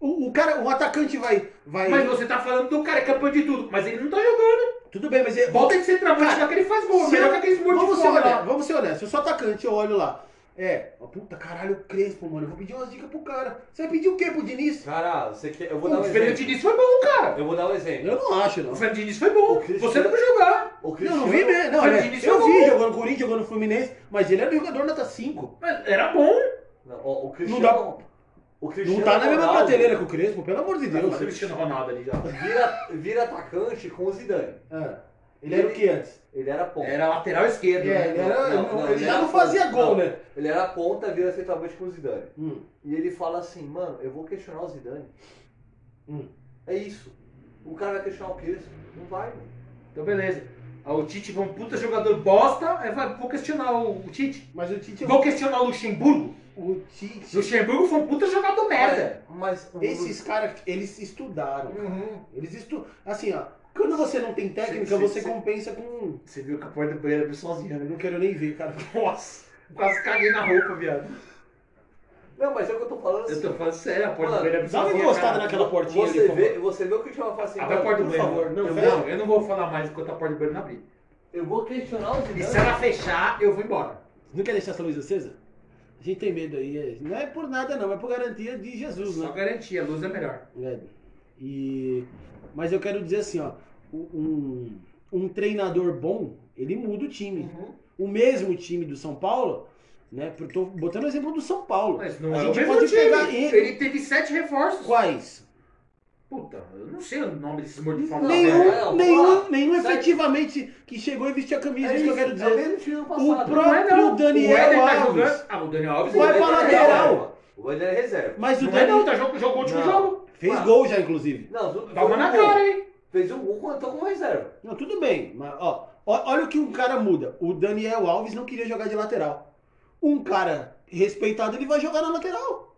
Speaker 1: O, o cara, o atacante vai. vai...
Speaker 3: Mas você tá falando do cara, é campeão de tudo. Mas ele não tá jogando.
Speaker 1: Tudo bem, mas é-
Speaker 3: Volta de centroavante
Speaker 1: Cara,
Speaker 3: lá que ele faz gol.
Speaker 1: se
Speaker 3: Melhor
Speaker 1: eu-
Speaker 3: que aqueles mortos
Speaker 1: vamos
Speaker 3: de
Speaker 1: ser
Speaker 3: fora.
Speaker 1: honestos, vamos ser honestos. Eu sou atacante, eu olho lá. É, ó, puta caralho, o Crespo, mano. Eu vou pedir umas dicas pro cara. Você vai pedir o quê pro Diniz?
Speaker 2: Cara, você quer... eu vou dar
Speaker 3: O
Speaker 2: um
Speaker 3: Fernando
Speaker 2: exemplo.
Speaker 3: Diniz foi bom, cara.
Speaker 2: Eu vou dar um exemplo.
Speaker 1: Eu não acho, não.
Speaker 3: O Fernando Diniz foi bom.
Speaker 2: O Cristiano-
Speaker 3: Você não vai jogar.
Speaker 2: O
Speaker 1: Eu
Speaker 2: Cristiano,
Speaker 1: não vi mesmo. Não,
Speaker 3: Mas
Speaker 1: é,
Speaker 3: o Diniz
Speaker 1: eu
Speaker 3: jogou
Speaker 1: vi
Speaker 3: bem.
Speaker 1: jogando no Corinthians, jogando no Fluminense, mas ele era um jogador nota 5.
Speaker 3: Mas era bom.
Speaker 2: Não, ó, o Cristiano... O Cristiano
Speaker 1: Não tá na mesma
Speaker 2: Ronaldo
Speaker 1: prateleira que o Crespo, pelo amor de
Speaker 3: Mas o
Speaker 1: Deus.
Speaker 3: Cristiano Ronaldo ali já.
Speaker 2: Vira, vira atacante com o Zidane.
Speaker 1: É. Ele era o que antes?
Speaker 2: Ele era ponta.
Speaker 3: Era lateral
Speaker 1: É,
Speaker 3: esquerdo. né?
Speaker 1: ele, era,
Speaker 2: não, não,
Speaker 1: ele
Speaker 2: ele
Speaker 1: já
Speaker 2: era
Speaker 1: não fazia
Speaker 2: ponta.
Speaker 1: gol,
Speaker 2: Não.
Speaker 1: né?
Speaker 2: Ele era ponta, vira centroavante com o Zidane.
Speaker 1: Hum.
Speaker 2: E ele fala assim, mano, eu vou questionar o Zidane.
Speaker 1: Hum.
Speaker 2: É isso. O cara vai questionar o Crespo. Não vai, mano.
Speaker 3: Então beleza. Ah, O Tite foi um puta jogador bosta, aí vai, vou questionar o, o Tite.
Speaker 1: Mas o Tite.
Speaker 3: Vou questionar o Luxemburgo.
Speaker 1: O Tite.
Speaker 3: Luxemburgo foi um puta jogador merda.
Speaker 2: Mas, mas
Speaker 1: Esses caras, eles estudaram.
Speaker 2: Uhum.
Speaker 1: Eles estudam. Assim, ó. Quando você não tem técnica,
Speaker 3: Sim, sim,
Speaker 1: você
Speaker 3: sim.
Speaker 1: compensa com. um.
Speaker 3: Você viu que a porta do banheiro abriu sozinha,
Speaker 1: Eu
Speaker 3: né?
Speaker 1: não quero nem ver, cara.
Speaker 3: Nossa, quase caguei na roupa, viado.
Speaker 2: Não, mas é o que eu tô falando
Speaker 3: Eu
Speaker 2: assim.
Speaker 3: tô falando sério, a porta
Speaker 2: Mano,
Speaker 3: do banheiro abriu
Speaker 1: Dá
Speaker 3: sozinha.
Speaker 1: uma encostada
Speaker 3: cara.
Speaker 1: naquela portinha
Speaker 2: Você,
Speaker 1: ali, por
Speaker 2: vê,
Speaker 1: favor.
Speaker 2: você vê o que o Chama fala assim,
Speaker 3: Abre a
Speaker 2: mano,
Speaker 3: porta do
Speaker 2: por
Speaker 3: banheiro.
Speaker 2: favor, não,
Speaker 3: eu,
Speaker 2: fecha.
Speaker 3: não, eu não vou falar mais enquanto a porta do banheiro não abrir.
Speaker 2: Eu vou questionar o
Speaker 3: E
Speaker 2: Zidane.
Speaker 3: se ela fechar, eu vou embora.
Speaker 1: Não quer deixar essa luz acesa? A gente tem medo aí. é. Não é por nada, não. É por garantia de Jesus, né?
Speaker 3: Só garantia, a luz é melhor.
Speaker 1: É, E, mas eu quero dizer assim, ó, um, um treinador bom, ele muda o time.
Speaker 2: Uhum.
Speaker 1: O mesmo time do São Paulo, né? Eu tô botando o exemplo do São Paulo.
Speaker 3: Mas não
Speaker 1: A
Speaker 3: é
Speaker 1: gente
Speaker 3: o mesmo
Speaker 1: pode
Speaker 3: time.
Speaker 1: pegar ele.
Speaker 3: ele. teve sete reforços.
Speaker 1: Quais?
Speaker 3: Puta, eu não sei o nome desses mordifados.
Speaker 1: nenhum,
Speaker 2: não, não, vamos
Speaker 1: nenhum,
Speaker 2: lá.
Speaker 1: nenhum
Speaker 2: Sai.
Speaker 1: efetivamente que chegou e vestiu a camisa.
Speaker 2: É
Speaker 1: isso que eu quero
Speaker 2: É o
Speaker 1: dizer.
Speaker 2: mesmo time do
Speaker 1: O
Speaker 2: passado.
Speaker 1: próprio
Speaker 3: é, o Éder
Speaker 1: Daniel
Speaker 3: tá
Speaker 1: Alves.
Speaker 3: jogando. Ah, o Daniel Alves
Speaker 1: Vai
Speaker 3: ele
Speaker 1: pra
Speaker 3: tá
Speaker 1: lateral.
Speaker 3: jogando.
Speaker 2: é O Éder é reserva.
Speaker 1: Mas o
Speaker 3: Não é não,
Speaker 1: Daniel
Speaker 3: tá jogando, jogou o último
Speaker 2: Não.
Speaker 3: jogo.
Speaker 1: fez
Speaker 3: Ah.
Speaker 1: gol já, inclusive.
Speaker 2: Não, Zu-
Speaker 3: Toma
Speaker 2: fez um
Speaker 3: na
Speaker 2: gol.
Speaker 3: cara, hein?
Speaker 2: Fez um gol quando tô com reserva.
Speaker 1: Não, tudo bem, mas ó, ó- olha o que um cara muda. O Daniel Alves não queria jogar de lateral. Um cara respeitado, ele vai jogar na lateral.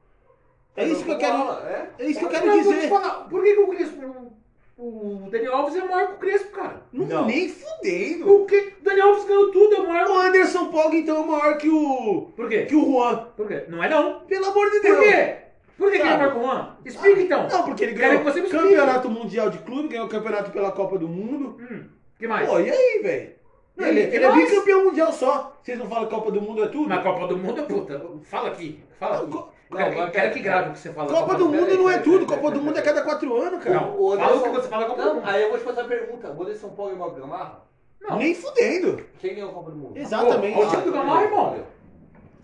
Speaker 1: É isso que eu quero,
Speaker 2: Bola, é?
Speaker 1: é isso que eu
Speaker 3: Mas
Speaker 1: quero
Speaker 3: eu vou te
Speaker 1: dizer.
Speaker 3: falar, por que, que o Crespo. O Daniel Alves é maior que o Crespo, cara.
Speaker 1: Não,
Speaker 2: Não.
Speaker 1: nem fudendo.
Speaker 3: O que? O Daniel Alves ganhou tudo, é o maior.
Speaker 1: O um Anderson Polga então é maior que o
Speaker 3: Por quê?
Speaker 1: que o Juan.
Speaker 3: Por quê? Não é não.
Speaker 1: Pelo amor de Deus.
Speaker 3: Por quê? Por que, que ele é
Speaker 1: Sabe?
Speaker 3: maior que o Juan? Explica então.
Speaker 1: Não, porque ele
Speaker 3: Quero
Speaker 1: ganhou
Speaker 3: que você me explique.
Speaker 1: campeonato mundial de clube, ganhou campeonato pela Copa do Mundo.
Speaker 3: Hum, que mais?
Speaker 1: Pô, e aí, velho?
Speaker 3: E
Speaker 1: Ele,
Speaker 3: aí, que
Speaker 1: ele é
Speaker 3: mais?
Speaker 1: bicampeão mundial só. Vocês não falam que Copa do Mundo é tudo?
Speaker 3: Na Copa do Mundo, puta, fala aqui. Fala
Speaker 1: Não,
Speaker 3: aqui.
Speaker 1: co-
Speaker 3: Eu quero,
Speaker 2: não,
Speaker 3: eu quero que grave o que você fala. da
Speaker 1: Copa do
Speaker 2: peraí,
Speaker 1: Mundo não é
Speaker 2: peraí,
Speaker 1: tudo.
Speaker 2: peraí,
Speaker 1: Copa do
Speaker 2: peraí,
Speaker 1: Mundo é
Speaker 2: peraí.
Speaker 1: cada quatro anos, cara.
Speaker 3: Não,
Speaker 2: O
Speaker 3: fala o
Speaker 2: Anderson-
Speaker 3: que você fala da Copa do
Speaker 2: Não,
Speaker 3: Mundo.
Speaker 2: aí eu vou te fazer a pergunta. O Anderson Paulo é maior que o Gamarra?
Speaker 3: Não.
Speaker 1: Nem fudendo.
Speaker 2: Quem ganhou a Copa do Mundo? É
Speaker 1: Exatamente.
Speaker 3: Pô, olha o time do Gamarra, irmão.
Speaker 2: Valeu.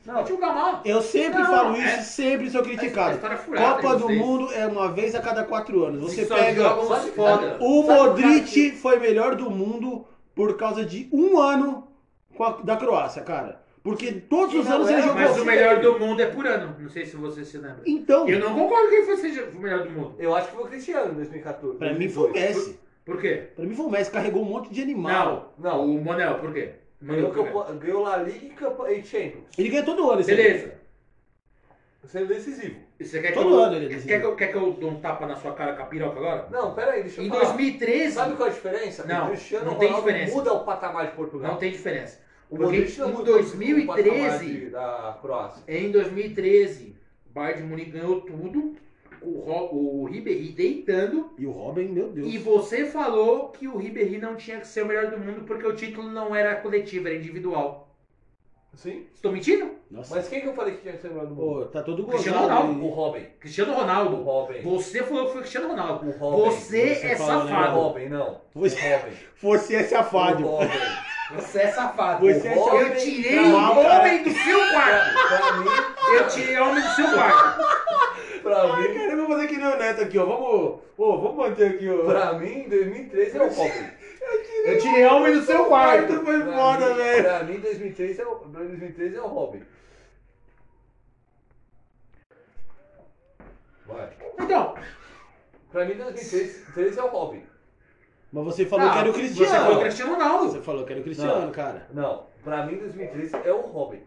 Speaker 3: Não, tinha o Gamal.
Speaker 1: Eu sempre
Speaker 3: Não,
Speaker 1: falo
Speaker 3: é-
Speaker 1: isso, sempre sou
Speaker 3: É
Speaker 1: criticado.
Speaker 3: história furada,
Speaker 1: Copa
Speaker 3: hein,
Speaker 1: do
Speaker 3: vocês.
Speaker 1: Mundo é uma vez a cada quatro anos. Você
Speaker 3: Vocês só
Speaker 1: pega.
Speaker 3: jogam os
Speaker 2: Sabe-
Speaker 3: foda.
Speaker 1: O
Speaker 2: Sabe o cara
Speaker 1: Modric
Speaker 2: que-
Speaker 1: foi melhor do mundo por causa de um ano com a- da Croácia, cara. Porque todos
Speaker 2: Que
Speaker 1: os
Speaker 2: não
Speaker 1: anos ele
Speaker 2: era,
Speaker 1: jogou
Speaker 3: é, Mas
Speaker 1: assim.
Speaker 3: o melhor do mundo é por ano. Não sei se você se lembra.
Speaker 1: Então,
Speaker 3: Eu não concordo que ele seja o melhor do mundo.
Speaker 2: Eu acho que foi o Cristiano em 2014.
Speaker 1: pra mim foi o
Speaker 2: 2002.
Speaker 1: Messi.
Speaker 3: Por quê?
Speaker 1: Pra mim foi o Messi, carregou um monte de animal.
Speaker 3: Não.
Speaker 2: Não.
Speaker 3: O Monel, por quê? Monel,
Speaker 2: Ganhou,
Speaker 3: por quê?
Speaker 2: campo- ganhou La Liga e campo- e Champions.
Speaker 1: Ele ganha todo ano esse ano.
Speaker 3: Beleza.
Speaker 2: Sendo decisivo.
Speaker 3: E Você quer que,
Speaker 1: Todo
Speaker 3: eu,
Speaker 1: ano ele é decisivo.
Speaker 3: quer, que eu, quer que eu dou um tapa na sua cara com a piroca agora?
Speaker 2: Não, pera aí, deixa eu
Speaker 3: Em
Speaker 2: falar.
Speaker 3: 2013,
Speaker 2: Sabe qual é a diferença?
Speaker 3: Não,
Speaker 2: o Cristiano
Speaker 3: não tem
Speaker 2: Ronaldo
Speaker 3: diferença.
Speaker 2: muda o patamar de Portugal.
Speaker 3: não tem diferença.
Speaker 2: é? O
Speaker 3: Porque
Speaker 2: Modric não
Speaker 3: em
Speaker 2: mudou o patamar
Speaker 3: 2013, é
Speaker 2: de- da Croácia.
Speaker 3: Em 2013, o Bayern de Munique ganhou tudo. o, Ro- o Ribéry deitando
Speaker 1: E o Robin, meu Deus.
Speaker 3: e você falou que o Ribéry não tinha que ser o melhor do mundo porque o título não era coletivo, era individual.
Speaker 2: Sim.
Speaker 3: Estou mentindo?
Speaker 1: Nossa.
Speaker 2: Mas quem que eu falei que tinha que ser o melhor do mundo?
Speaker 1: Ô, tá todo
Speaker 3: Cristiano
Speaker 1: gozado.
Speaker 2: O
Speaker 1: hein?
Speaker 2: Robin.
Speaker 3: Cristiano
Speaker 2: O
Speaker 3: Ronaldo.
Speaker 2: Robin.
Speaker 3: Você falou que foi Cristiano Ronaldo.
Speaker 2: O Robin.
Speaker 3: Você,
Speaker 1: Você
Speaker 3: é
Speaker 1: fala, né,
Speaker 2: O
Speaker 3: safado.
Speaker 2: Robin, não. O
Speaker 1: Você-
Speaker 2: Robin.
Speaker 1: Você é
Speaker 2: O
Speaker 1: safado.
Speaker 2: Robin.
Speaker 3: Você é safado.
Speaker 1: Você é safado.
Speaker 3: Eu tirei
Speaker 1: Pra-
Speaker 3: o homem do seu quarto.
Speaker 2: Pra mim,
Speaker 3: Eu tirei o homem do seu quarto.
Speaker 2: pra
Speaker 1: Ai,
Speaker 2: mim,
Speaker 1: cara, eu vou fazer que nem o Neto aqui, ó. Vamos, ô, vamos manter aqui, ó.
Speaker 2: pra mim, 2003 é o Robin.
Speaker 3: Eu tirei o homem do
Speaker 1: é um
Speaker 3: seu quarto.
Speaker 1: quarto foi
Speaker 2: Pra
Speaker 1: foda,
Speaker 2: mim-
Speaker 1: velho.
Speaker 2: Pra mim, 2003 é o, 2003 é o Robin. Vai.
Speaker 3: Então,
Speaker 2: Pra mim, 2003 três é o Robin.
Speaker 1: Mas você falou
Speaker 3: ah,
Speaker 1: que era o Cristiano.
Speaker 3: Você falou Cristiano Ronaldo.
Speaker 1: Você falou que era o Cristiano, cara.
Speaker 2: Não, pra mim, 2003 é o Robin.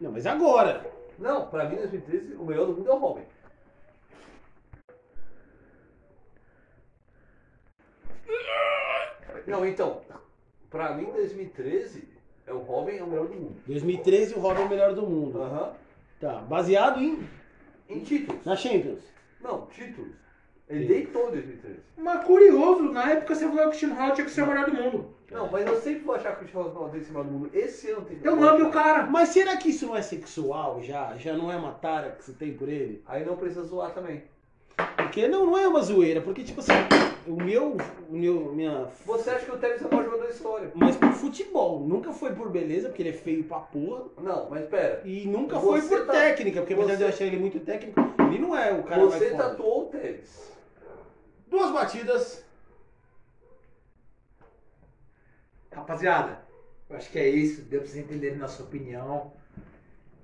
Speaker 1: Não, mas agora.
Speaker 2: Não, pra mim, 2013, o melhor do mundo é o Robin. Não, então, pra mim, 2013, é o Robin é o melhor do mundo.
Speaker 1: 2013, o Robin é o melhor do mundo.
Speaker 2: Aham.
Speaker 1: Tá, baseado em...
Speaker 2: Em títulos.
Speaker 1: Na Champions.
Speaker 2: Não, títulos. Ele
Speaker 1: Sim.
Speaker 2: deitou em 2013.
Speaker 3: Mas curioso, na época você falou que o Cristiano Ronaldo tinha que ser o melhor do mundo.
Speaker 1: É.
Speaker 2: Não, mas eu sempre vou achar que o Cristiano Ronaldo desse melhor do mundo. Esse ano tem que
Speaker 3: Eu amo
Speaker 2: cara.
Speaker 3: o cara.
Speaker 1: Mas será que isso não é sexual já? Já não é uma tara que você tem por ele?
Speaker 2: Aí não precisa zoar também.
Speaker 1: Porque não, não é uma zoeira. Porque, tipo assim, o meu... O meu minha...
Speaker 2: Você acha que o Tevez é o maior jogador da história?
Speaker 1: Mas por futebol. Nunca foi por beleza, porque ele é feio pra porra.
Speaker 2: Não, mas pera.
Speaker 1: E nunca
Speaker 2: Você
Speaker 1: foi por
Speaker 2: tá-
Speaker 1: técnica, porque apesar
Speaker 2: você-
Speaker 1: de eu achar ele muito técnico, ele não é o cara mais
Speaker 2: Você tá
Speaker 1: foda.
Speaker 2: tatuou o Tevez.
Speaker 1: Duas batidas.
Speaker 3: Rapaziada, eu acho que é isso. Deu pra vocês entenderem nossa opinião.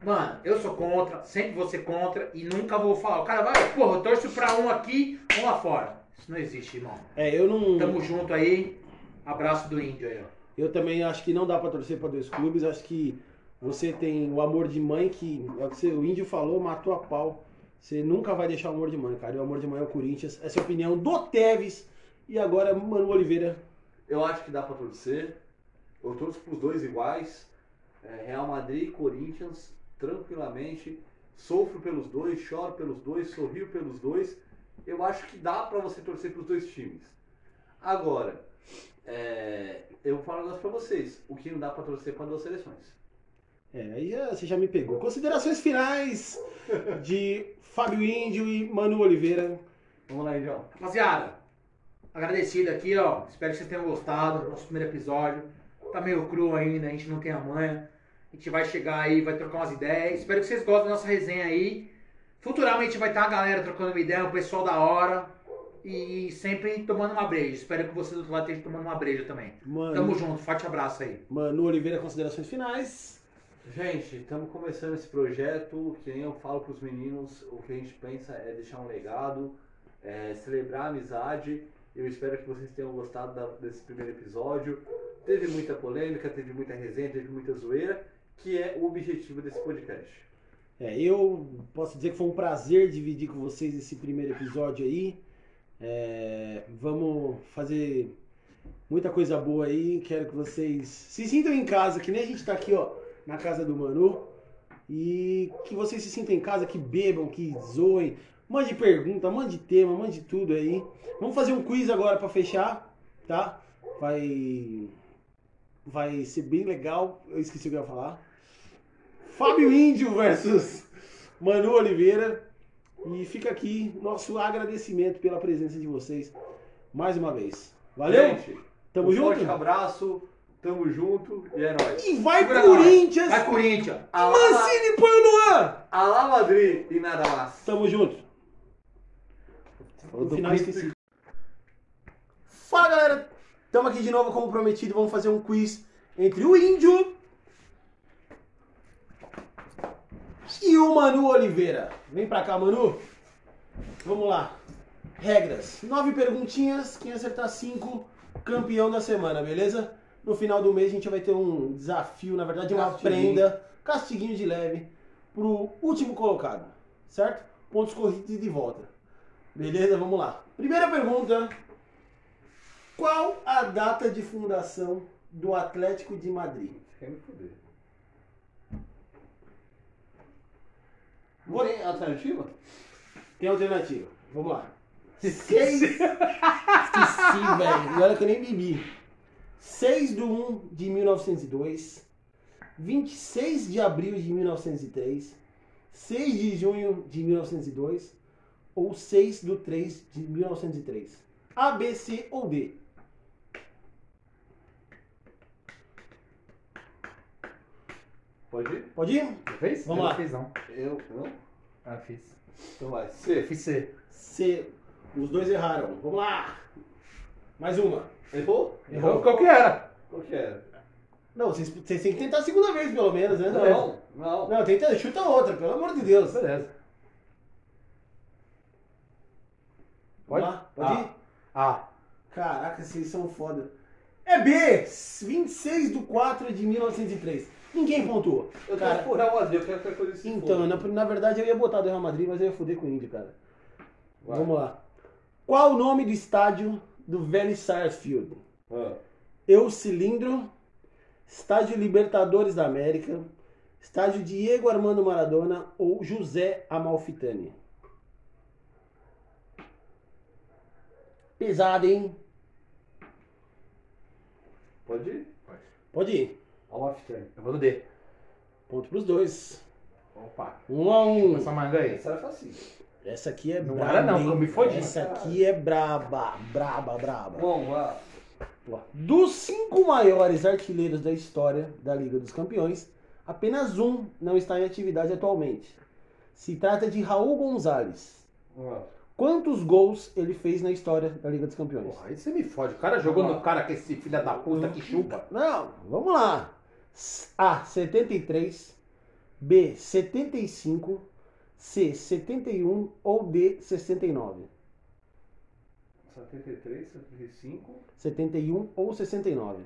Speaker 3: Mano, eu sou contra, sempre vou ser contra e nunca vou falar. O cara vai, porra, eu torço pra um aqui, um lá fora. Isso não existe, irmão.
Speaker 1: É, eu
Speaker 2: Tá
Speaker 1: não.
Speaker 3: Tamo junto aí. Abraço do índio aí, ó.
Speaker 1: Eu também acho que não dá pra torcer pra dois clubes. Acho que você tem o amor de mãe que. É o que você- o índio falou, matou a pau. Você nunca vai deixar o amor de mãe, cara. E o amor de mãe é o Corinthians. Essa é a opinião do Teves. E agora, Mano Oliveira.
Speaker 2: Eu acho que dá pra torcer. Eu torço pros dois iguais. É, Real Madrid e Corinthians, tranquilamente. Sofro pelos dois, choro pelos dois, sorrio pelos dois. Eu acho que dá pra você torcer pros dois times. Agora, é, eu falo um negócio pra vocês. O que não dá pra torcer para duas seleções.
Speaker 1: É, aí já- você já me pegou. Considerações finais de Fábio Índio e Mano Oliveira.
Speaker 2: Vamos lá, Indião.
Speaker 3: Rapaziada, agradecido aqui, ó. Espero que vocês tenham gostado do nosso primeiro episódio. Tá meio cru ainda, a gente não tem a manha. A gente vai chegar aí, vai trocar umas ideias. Espero que vocês gostem da nossa resenha aí. Futuramente vai estar a galera trocando uma ideia, o pessoal da hora. E sempre tomando uma breja. Espero que vocês do outro lado estejam tomando uma breja também. Tamo
Speaker 1: Mano,
Speaker 3: junto, forte abraço aí.
Speaker 1: Mano Oliveira, considerações finais.
Speaker 2: Gente, estamos começando esse projeto. Que nem eu falo pros meninos, o que a gente pensa é deixar um legado, é celebrar a amizade. Eu espero que vocês tenham gostado da- desse primeiro episódio. Teve muita polêmica, teve muita resenha, teve muita zoeira, que é o objetivo desse podcast.
Speaker 1: É, eu posso dizer que foi um prazer dividir com vocês esse primeiro episódio aí. É, vamos fazer muita coisa boa aí. Quero que vocês se sintam em casa, que nem a gente tá aqui, ó, na casa do Manu. E que vocês se sintam em casa, que bebam, que zoem. Mande pergunta, mande tema, mande tudo aí. Vamos fazer um quiz agora pra fechar, tá? Vai. Vai ser bem legal. Eu esqueci o que eu ia falar. Fábio Índio versus Manu Oliveira. E fica aqui nosso agradecimento pela presença de vocês mais uma vez. Valeu?
Speaker 2: Gente,
Speaker 1: Tamo
Speaker 2: um
Speaker 1: junto?
Speaker 2: forte abraço, tamo junto e é nóis.
Speaker 1: E vai
Speaker 3: Segura
Speaker 1: Corinthians!
Speaker 3: Vai, Corinthians!
Speaker 2: Alá,
Speaker 1: Mancini põe o Luan!
Speaker 2: alá Madrid e nada mais.
Speaker 1: Tamo junto.
Speaker 2: do
Speaker 1: No final eu esqueci. Fala galera! Tamo aqui de novo como prometido. Vamos fazer um quiz entre o Índio e o Manu Oliveira. Vem pra cá, Manu. Vamos lá. Regras. Nove perguntinhas. Quem acertar cinco, campeão da semana, beleza? No final do mês a gente vai ter um desafio, na verdade, uma
Speaker 2: Castiguinho.
Speaker 1: prenda, castiguinho de leve, pro último colocado, certo? Pontos corridos e de volta. Beleza? Vamos lá. Primeira pergunta. Qual a data de fundação do Atlético de Madrid?
Speaker 2: Quer me foder.
Speaker 1: Vou-
Speaker 2: Não tem alternativa?
Speaker 1: Tem alternativa. Vamos lá. Seis. Esqueci, velho. E olha que eu nem bebi. 6 de 1 de 1902, 26 de abril de 1903, 6 de junho de 1902 ou 6 do 3 de 1903? A, B, C ou D?
Speaker 2: Pode ir?
Speaker 1: Pode ir?
Speaker 3: Você fez?
Speaker 1: Vamos
Speaker 3: Eu
Speaker 1: lá.
Speaker 3: Não fiz, não.
Speaker 2: Eu não?
Speaker 3: Ah, fiz.
Speaker 2: Então vai. C.
Speaker 3: Eu fiz C.
Speaker 1: C. Os dois erraram. Vamos lá! Mais uma.
Speaker 2: Errou?
Speaker 1: Errou.
Speaker 3: Qual que era?
Speaker 2: Qual que era?
Speaker 1: Não, vocês, vocês têm que tentar a segunda vez, pelo menos, né?
Speaker 2: Não, não.
Speaker 1: Não, tenta, chuta outra, pelo amor de Deus. Vamos
Speaker 3: Beleza. Pode?
Speaker 1: lá? Pode
Speaker 3: Ah.
Speaker 1: ir?
Speaker 3: Ah,
Speaker 1: Caraca, vocês são foda. É B! 26 do 4 de 1903. Ninguém pontuou.
Speaker 2: Eu
Speaker 1: Cara,
Speaker 2: quero por Real Madrid, eu quero que a coisa se
Speaker 1: Então,
Speaker 2: foda.
Speaker 1: na, na verdade eu ia botar do Real Madrid, mas eu ia foder com o Indy, cara.
Speaker 2: Vai.
Speaker 1: Vamos lá. Qual o nome do estádio do velho Sarsfield?
Speaker 2: Ah,
Speaker 1: Eu Cilindro, Estádio Libertadores da América, Estádio Diego Armando Maradona ou José Amalfitani? Pesado, hein?
Speaker 2: Pode ir?
Speaker 1: Pode ir.
Speaker 2: Alaftani.
Speaker 3: eu vou no D.
Speaker 1: Ponto pros dois.
Speaker 3: Opa.
Speaker 1: Um a um.
Speaker 3: Essa manga aí.
Speaker 2: Essa era facinho.
Speaker 1: Essa aqui é
Speaker 3: Não
Speaker 1: braba.
Speaker 3: era não,
Speaker 1: hein?
Speaker 3: eu me fodi.
Speaker 1: Essa aqui é braba, braba, braba.
Speaker 2: Bom, lá.
Speaker 1: Dos cinco maiores artilheiros da história da Liga dos Campeões, apenas um não está em atividade atualmente. Se trata de Raul Gonzalez.
Speaker 2: Ah,
Speaker 1: Quantos gols ele fez na história da Liga dos Campeões?
Speaker 3: Porra, aí você me fode. O cara jogou
Speaker 2: Vamos
Speaker 3: no cara que esse filho da puta que chupa.
Speaker 1: Não, vamos lá. S- A, 73. B, 75. C, 71. Ou D, 69.
Speaker 2: 73, 75.
Speaker 1: 71 ou 69.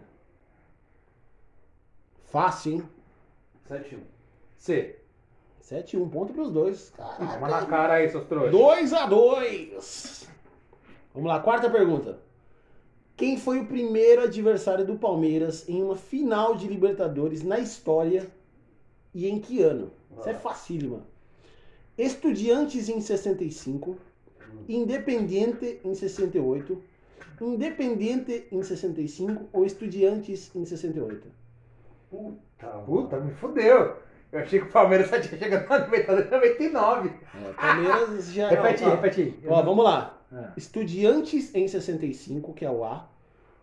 Speaker 1: Fácil, hein?
Speaker 2: 71.
Speaker 3: C.
Speaker 1: 7 1 ponto pros dois. Caraca.
Speaker 3: Toma na cara aí, seus trouxas.
Speaker 1: 2 a 2. Vamos lá, quarta pergunta. Quem foi o primeiro adversário do Palmeiras em uma final de Libertadores na história e em que ano? Isso é facílima. Estudiantes em 65, Independiente em 68, Independiente em 65 ou Estudiantes em 68?
Speaker 2: Puta.
Speaker 3: Puta, me fudeu. Eu achei que o Palmeiras só tinha chegado na Libertadores em 99.
Speaker 1: É, Palmeiras já
Speaker 3: repete,
Speaker 1: Ó,
Speaker 3: repete.
Speaker 1: Ó, vamos lá.
Speaker 3: Ah.
Speaker 1: Estudiantes em 65, que é o A.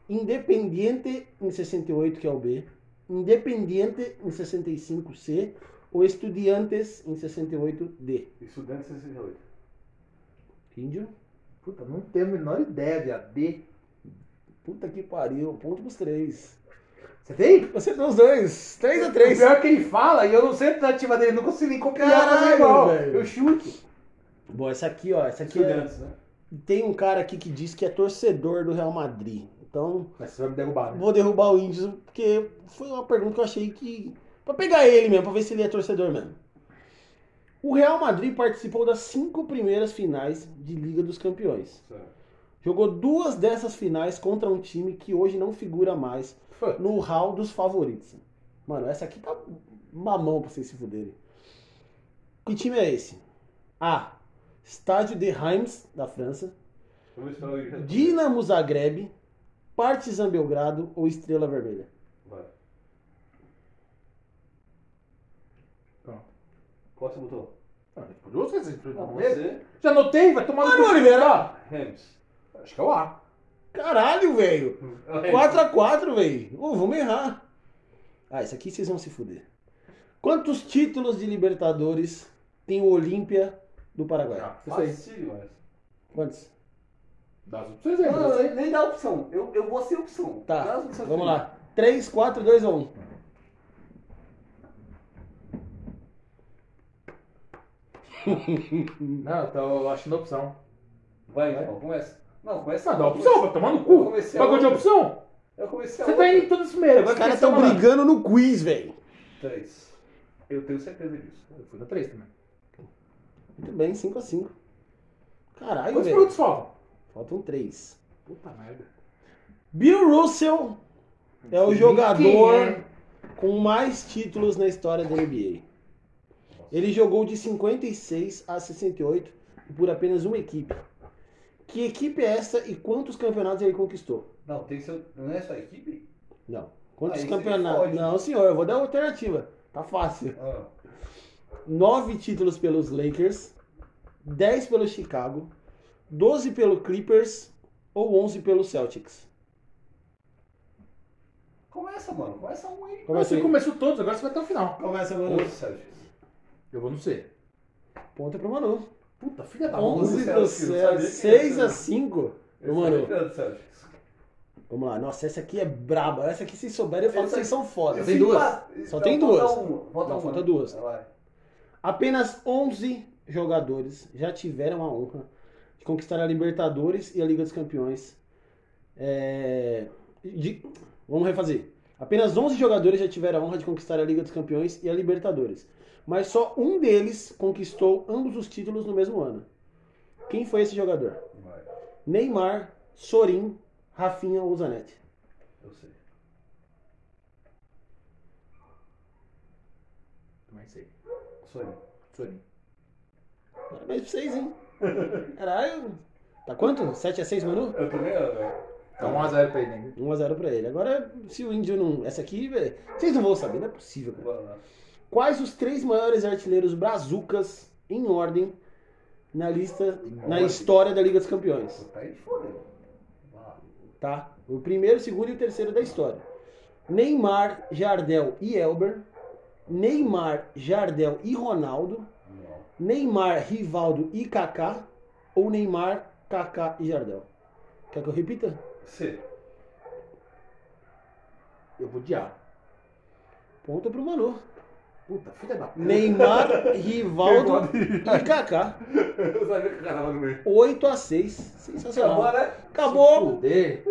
Speaker 1: Independiente em 68, que é o B. Independiente em 65, C. Ou Estudiantes em 68, D.
Speaker 2: Estudante 68.
Speaker 1: Índio?
Speaker 3: Puta, não tenho a menor ideia, viado. D.
Speaker 1: Puta que pariu. Ponto pros três.
Speaker 3: Você tem?
Speaker 1: Você tem os dois. 3 a 3
Speaker 3: O pior é que ele fala e eu não sei a tentativa dele, não consigo nem copiar
Speaker 1: Caralho,
Speaker 3: fazer igual.
Speaker 1: velho.
Speaker 3: Eu chuto.
Speaker 1: Bom, essa aqui, ó. Essa aqui é...
Speaker 2: Estudantes, né?
Speaker 1: Tem um cara aqui que diz que é torcedor do Real Madrid. Então,
Speaker 3: Mas você vai me derrubar, né?
Speaker 1: vou derrubar o Índio, porque foi uma pergunta que eu achei que. Pra pegar ele mesmo, pra ver se ele é torcedor mesmo. O Real Madrid participou das cinco primeiras finais de Liga dos Campeões.
Speaker 2: Certo.
Speaker 1: Jogou duas dessas finais contra um time que hoje não figura mais
Speaker 3: Pô,
Speaker 1: no hall dos favoritos. Mano, essa aqui tá mamão pra vocês se fuderem. Que time é esse? A. Estádio de Reims, da França.
Speaker 2: Vamos esperar o Igor.
Speaker 1: Dinamo Zagreb. Partizan Belgrado ou Estrela Vermelha?
Speaker 2: Vai.
Speaker 3: Pronto.
Speaker 2: Qual você botou?
Speaker 3: Ah, curioso que esse
Speaker 2: Não,
Speaker 3: Palmeiras.
Speaker 2: você. Ah,
Speaker 3: Já notei, vai tomar
Speaker 1: Mano,
Speaker 3: cu.
Speaker 1: Oliveira!
Speaker 2: Rams.
Speaker 3: Acho que é o A.
Speaker 1: Caralho, velho!
Speaker 2: É.
Speaker 1: 4x4, velho! Ô, vamos errar! Ah, isso aqui vocês vão se fuder. Quantos títulos de Libertadores tem o Olímpia do Paraguai?
Speaker 3: Ah, isso aí.
Speaker 2: Facílimo essa.
Speaker 1: Quantos?
Speaker 3: Dá as opções aí,
Speaker 2: Não, não,
Speaker 3: beleza.
Speaker 2: nem, nem dá opção. Eu, eu vou ser opção. Dá
Speaker 1: Tá,
Speaker 2: as opções
Speaker 1: vamos
Speaker 2: pra
Speaker 1: lá. 3, 4, 2 ou 1.
Speaker 3: Não, então eu acho na opção.
Speaker 2: mim. Vai, então, começa. Não, começa.
Speaker 3: Ah, dá opção, vai tomar no cu.
Speaker 2: Eu comecei a
Speaker 3: Bagulho de
Speaker 2: outra.
Speaker 3: opção.
Speaker 2: Eu comecei a
Speaker 3: Você tá
Speaker 2: outra.
Speaker 3: indo em todas as primeiras.
Speaker 1: Os
Speaker 3: vai
Speaker 1: caras
Speaker 3: começar
Speaker 1: estão
Speaker 3: uma lá.
Speaker 1: brigando no quiz, velho.
Speaker 2: Três. Eu tenho certeza disso.
Speaker 3: Eu fui na 3 também.
Speaker 1: Muito bem, 5x5. Caralho,
Speaker 3: Quantos
Speaker 1: velho.
Speaker 3: minutos faltam?
Speaker 1: Faltam 3.
Speaker 3: Puta merda.
Speaker 1: Bill Russell é o
Speaker 3: Quem
Speaker 1: jogador
Speaker 3: é?
Speaker 1: com mais títulos na história da NBA. Ele jogou de 56 a 68 por apenas uma equipe. Que equipe é essa e quantos campeonatos ele conquistou?
Speaker 2: Não, tem seu, não é só a equipe?
Speaker 1: Não. Quantos
Speaker 2: Aí você
Speaker 1: campeonatos?
Speaker 2: fode.
Speaker 1: Não, senhor, eu vou dar uma alternativa. Tá fácil.
Speaker 2: Ah,
Speaker 1: Nove títulos pelos Lakers, 10 pelo Chicago, 12 pelo Clippers ou 11 pelo Celtics.
Speaker 2: começa, mano. Começa um aí.
Speaker 1: Começa
Speaker 4: Você
Speaker 1: aí.
Speaker 4: começou todos, agora você vai até o final.
Speaker 1: Começa
Speaker 2: Ô, Sérgio.
Speaker 4: Eu vou no C.
Speaker 1: Ponta pro é Manu.
Speaker 4: Puta, filha da mãe.
Speaker 1: 11
Speaker 2: Tá Celtics,
Speaker 1: pro
Speaker 2: eu sabia que
Speaker 1: Celtics.
Speaker 2: ia
Speaker 1: 6
Speaker 2: ser.
Speaker 1: a 5 pro Manu.
Speaker 2: Obrigado, Sérgio.
Speaker 1: Vamos lá. Nossa, essa aqui é braba. Essa aqui, se souberem, eu falo que
Speaker 2: Essa
Speaker 1: vocês são foda.
Speaker 4: Tem duas.
Speaker 1: Só tem duas.
Speaker 2: Falta uma. Falta,
Speaker 1: Não,
Speaker 2: uma.
Speaker 1: falta duas.
Speaker 2: Vai lá.
Speaker 1: Apenas 11 jogadores já tiveram a honra de conquistar a Libertadores e a Liga dos Campeões. É, de- Vamos refazer. Apenas 11 jogadores já tiveram a honra de conquistar a Liga dos Campeões e a Libertadores. Mas só um deles conquistou ambos os títulos no mesmo ano. Quem foi esse jogador?
Speaker 2: Vai.
Speaker 1: Neymar, Sorin, Rafinha ou Zanetti?
Speaker 2: Eu sei.
Speaker 4: Também sei.
Speaker 2: Sonho.
Speaker 4: Sorinho.
Speaker 1: Parabéns pra vocês, hein? Caralho. Tá quanto? 7 a 6 Manu?
Speaker 2: Eu também amo, velho.
Speaker 4: Tá 1x0 pra ele, né?
Speaker 1: 1x0 pra ele. Agora, se o índio não. Essa aqui, velho. Vocês não vão saber, não é possível, cara.
Speaker 2: Bora lá.
Speaker 1: Quais os três maiores artilheiros brazucas em ordem na lista, na história da Liga dos Campeões?
Speaker 2: Tá aí, fodeu. Vai lá.
Speaker 1: Tá? O primeiro, o segundo e o terceiro da história. Neymar, Jardel e Elber. Neymar, Jardel e Ronaldo.
Speaker 2: Não.
Speaker 1: Neymar, Rivaldo e Kaká. Ou Neymar, Kaká e Jardel. Quer que eu repita?
Speaker 2: C.
Speaker 4: Eu vou de A.
Speaker 1: Ponta pro Manu.
Speaker 4: Puta, filha da puta.
Speaker 1: Neymar, Rivaldo e Kaká.
Speaker 2: Eu sabia que o cara tava no meio.
Speaker 1: 8 a 6 Sensacional.
Speaker 2: Agora,
Speaker 1: Acabou.
Speaker 4: Fuder.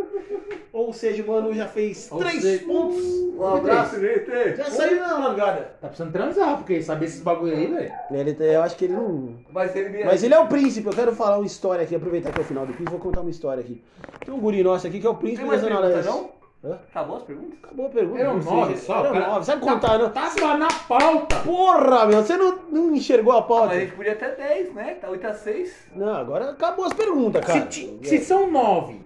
Speaker 1: Ou seja, o Manu já fez
Speaker 4: Ou
Speaker 1: 3
Speaker 4: seja,
Speaker 1: pontos.
Speaker 2: um abraço, gente.
Speaker 1: Já saiu na largada.
Speaker 4: Tá precisando transar, porque saber esses bagulho aí, velho.
Speaker 1: Ele, tá- eu acho que ele não.
Speaker 2: Mas ele me.
Speaker 1: Mas ele é o príncipe. Eu quero falar uma história aqui. Aproveitar que é o final do quiz, vou contar uma história aqui. Tem um guri nosso aqui que é o príncipe
Speaker 2: Tem
Speaker 1: da
Speaker 2: mais
Speaker 1: Zona
Speaker 2: perguntas,
Speaker 1: Leste.
Speaker 2: não?
Speaker 1: Hã?
Speaker 2: Acabou as perguntas?
Speaker 1: Acabou a pergunta.
Speaker 4: Era um
Speaker 1: Ou seja,
Speaker 4: nove só,
Speaker 1: Era um
Speaker 4: cara.
Speaker 1: nove. Sabe contar, não?
Speaker 4: Tá só na pauta.
Speaker 1: Porra, meu. Você não, não enxergou a pauta?
Speaker 2: Mas a gente podia até 10, né? Tá 8 a 6.
Speaker 1: Não, agora acabou as perguntas, cara.
Speaker 4: Se, ti- se são nove,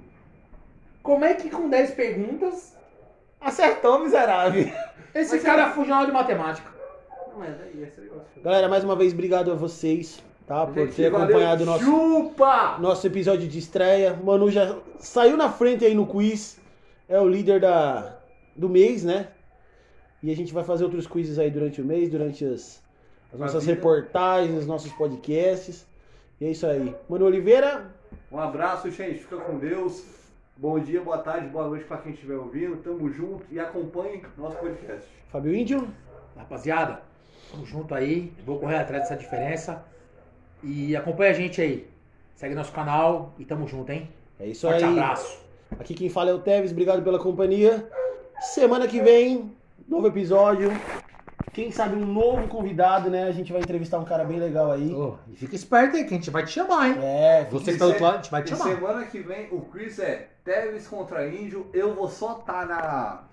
Speaker 4: como é que com dez perguntas
Speaker 1: Acertou, miserável.
Speaker 4: esse
Speaker 2: Mas
Speaker 4: cara fugiu na aula de matemática?
Speaker 2: Não, mas aí ia ser negócio.
Speaker 1: Galera, mais uma vez, obrigado a vocês, tá? Por
Speaker 2: Gente,
Speaker 1: ter
Speaker 2: valeu.
Speaker 1: acompanhado o nosso.
Speaker 2: Chupa!
Speaker 1: nosso episódio de estreia. O Manu já saiu na frente aí no quiz. É o líder da, do mês, né? E a gente vai fazer outros quizzes aí durante o mês, durante as, as
Speaker 2: A
Speaker 1: nossas
Speaker 2: vida.
Speaker 1: reportagens, os nossos podcasts. E é isso aí. Manu Oliveira,
Speaker 2: Um abraço, gente. Fica com Deus. Bom dia, boa tarde, boa noite pra quem estiver ouvindo. Tamo junto e acompanhe nosso podcast.
Speaker 1: Fábio Índio.
Speaker 4: Rapaziada, tamo junto aí. Eu vou correr atrás dessa diferença. E acompanha a gente aí. Segue nosso canal e tamo junto, hein?
Speaker 1: É isso
Speaker 4: Forte
Speaker 1: aí.
Speaker 4: abraço.
Speaker 1: Aqui quem fala é o Teves, obrigado pela companhia. Semana que vem, novo episódio. Quem sabe um novo convidado, né? A gente vai entrevistar um cara bem legal aí.
Speaker 4: Ô, e fica esperto aí que a gente vai te chamar, hein?
Speaker 1: É,
Speaker 4: Você
Speaker 2: E
Speaker 4: que tá do outro
Speaker 2: se-
Speaker 4: lado, a gente vai te
Speaker 2: E
Speaker 4: chamar.
Speaker 2: semana que vem o Chris é Teves contra Índio. Eu vou só estar na,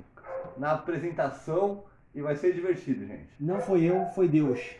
Speaker 2: na apresentação e vai ser divertido, gente.
Speaker 1: não foi eu, foi Deus.